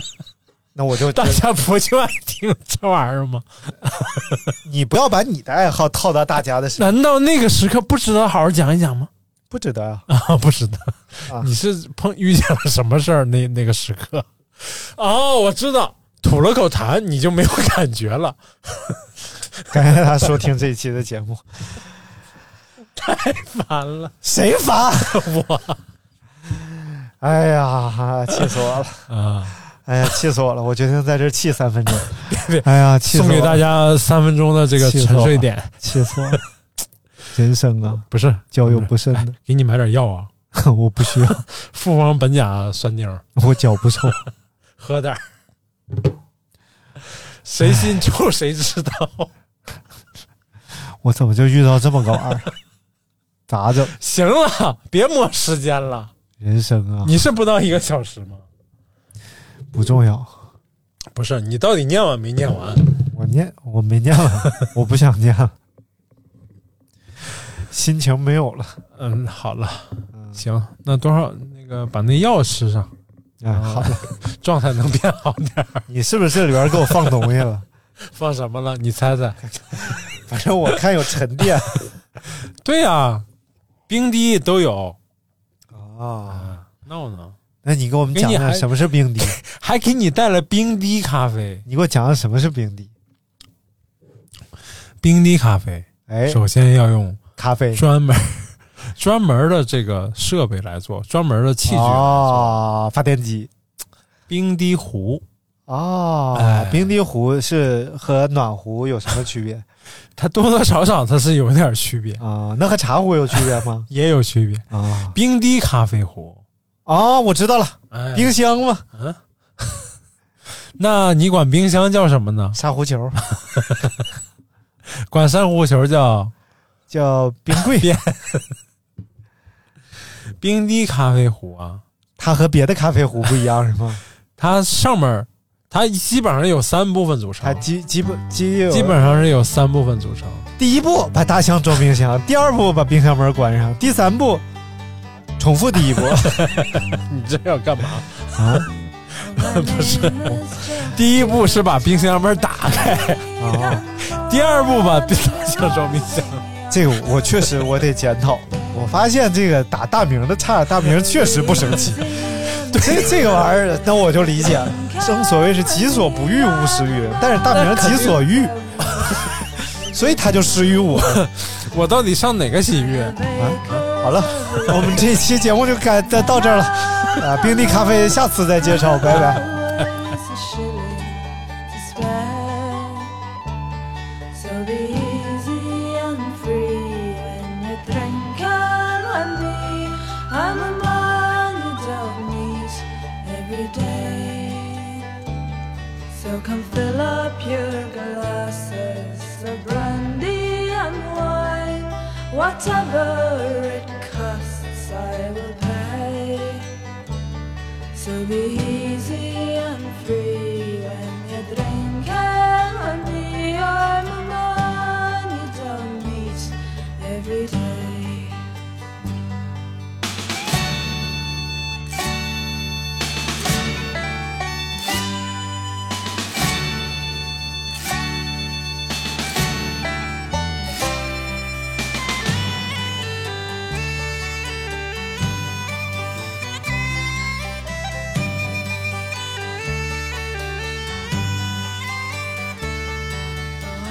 C: 那我就
B: 大家不就爱听这玩意儿吗？
C: 你不要把你的爱好套到大家的身上，
B: 难道那个时刻不值得好好讲一讲吗？
C: 不值得啊。
B: 啊，不值得。
C: 啊
B: 你是碰遇见了什么事儿？那那个时刻，哦，我知道，吐了口痰，你就没有感觉了。
C: 感谢大家收听这一期的节目，
B: 完 了，
C: 谁烦我？哎呀，气死 我了！
B: 啊，
C: 哎呀，气死我了！我决定在这儿气三分钟。
B: 别
C: 哎呀，气死
B: 送
C: 我了
B: 给大，家三分钟的这个
C: 气死我
B: 沉
C: 了
B: 睡点，
C: 气死我了！ 人生啊，
B: 不是
C: 交友不慎的，
B: 给你买点药啊，
C: 我不需要，
B: 复方苯甲酸锭儿，
C: 我脚不臭。
B: 喝点儿。谁信就谁知道，
C: 我怎么就遇到这么个玩意儿？咋整？
B: 行了，别磨时间了。
C: 人生啊，
B: 你是不到一个小时吗？
C: 不重要。
B: 不是，你到底念完没念完？
C: 我念我没念了，我不想念了，心情没有了。
B: 嗯，好了，行，那多少那个把那药吃上，
C: 哎，好了，
B: 状态能变好点儿。
C: 你是不是这里边给我放东西了？
B: 放什么了？你猜 猜？
C: 反正我看有沉淀
B: 对呀、冰滴都有，
C: 啊。
B: 闹呢，
C: 那你给我们讲
B: 给你
C: 讲
B: 还
C: 什么是冰滴？
B: 还给你带了冰滴咖啡。
C: 你给我讲讲什么是冰滴？
B: 冰滴咖啡
C: 哎，
B: 首先要用
C: 咖啡
B: 专门 专门的这个设备来做，专门的器具来做。
C: 啊，发电机
B: 冰滴壶，
C: 啊
B: 哎，
C: 冰滴壶是和暖壶有什么区别
B: 它多多少少它是有点区别，
C: 啊？那和茶壶有区别吗？
B: 也有区别。
C: 啊
B: 冰滴咖啡壶，
C: 啊，我知道了，
B: 哎
C: 冰箱嘛，
B: 那你管冰箱叫什么呢？
C: 沙壶球
B: 管珊瑚球叫
C: 叫冰柜，
B: 冰滴咖啡壶啊。
C: 它和别的咖啡壶不一样是
B: 哦
C: 吗？
B: 它上面儿它基本上有三部分组成
C: 它，基基本基有
B: 基本上是有三部分组成。
C: 第一步把大象装冰箱，第二步把冰箱门关上，第三步重复第一步
B: 你这要干嘛？
C: 啊
B: 不是，第一步是把冰箱门打开，
C: 啊。
B: 第二步把冰箱装冰箱。
C: 这个我确实我得检讨。我发现这个打大名的差，大名确实不生气。这这个玩意儿，那我就理解了。正所谓是己所不欲，勿施于人。但是大名己所欲，所以他就施于我。
B: 我到底上哪个洗浴？
C: 好了，我们这期节目就该到到这儿了。啊，冰滴咖啡，下次再介绍，拜拜。
F: So be easy and free when you drink and when me. I'm a man you don't meet every day. So come fill up your glasses of brandy and wine. Whatever it costs, I will pay. So be easy and free when you drink and when me I'm a man you don't meet every day.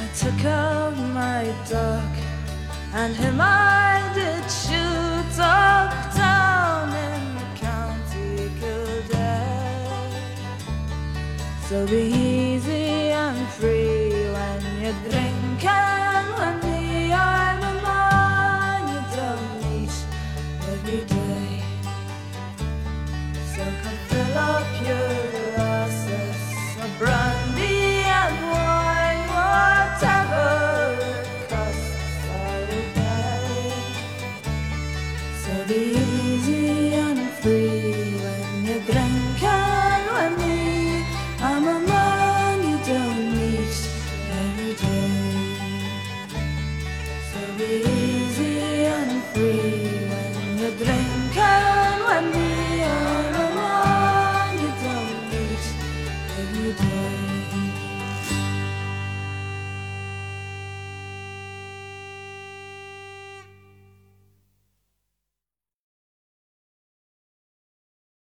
F: I took out my dog and him I did shoot up down in the county Kildare. So be easy and free when you drink and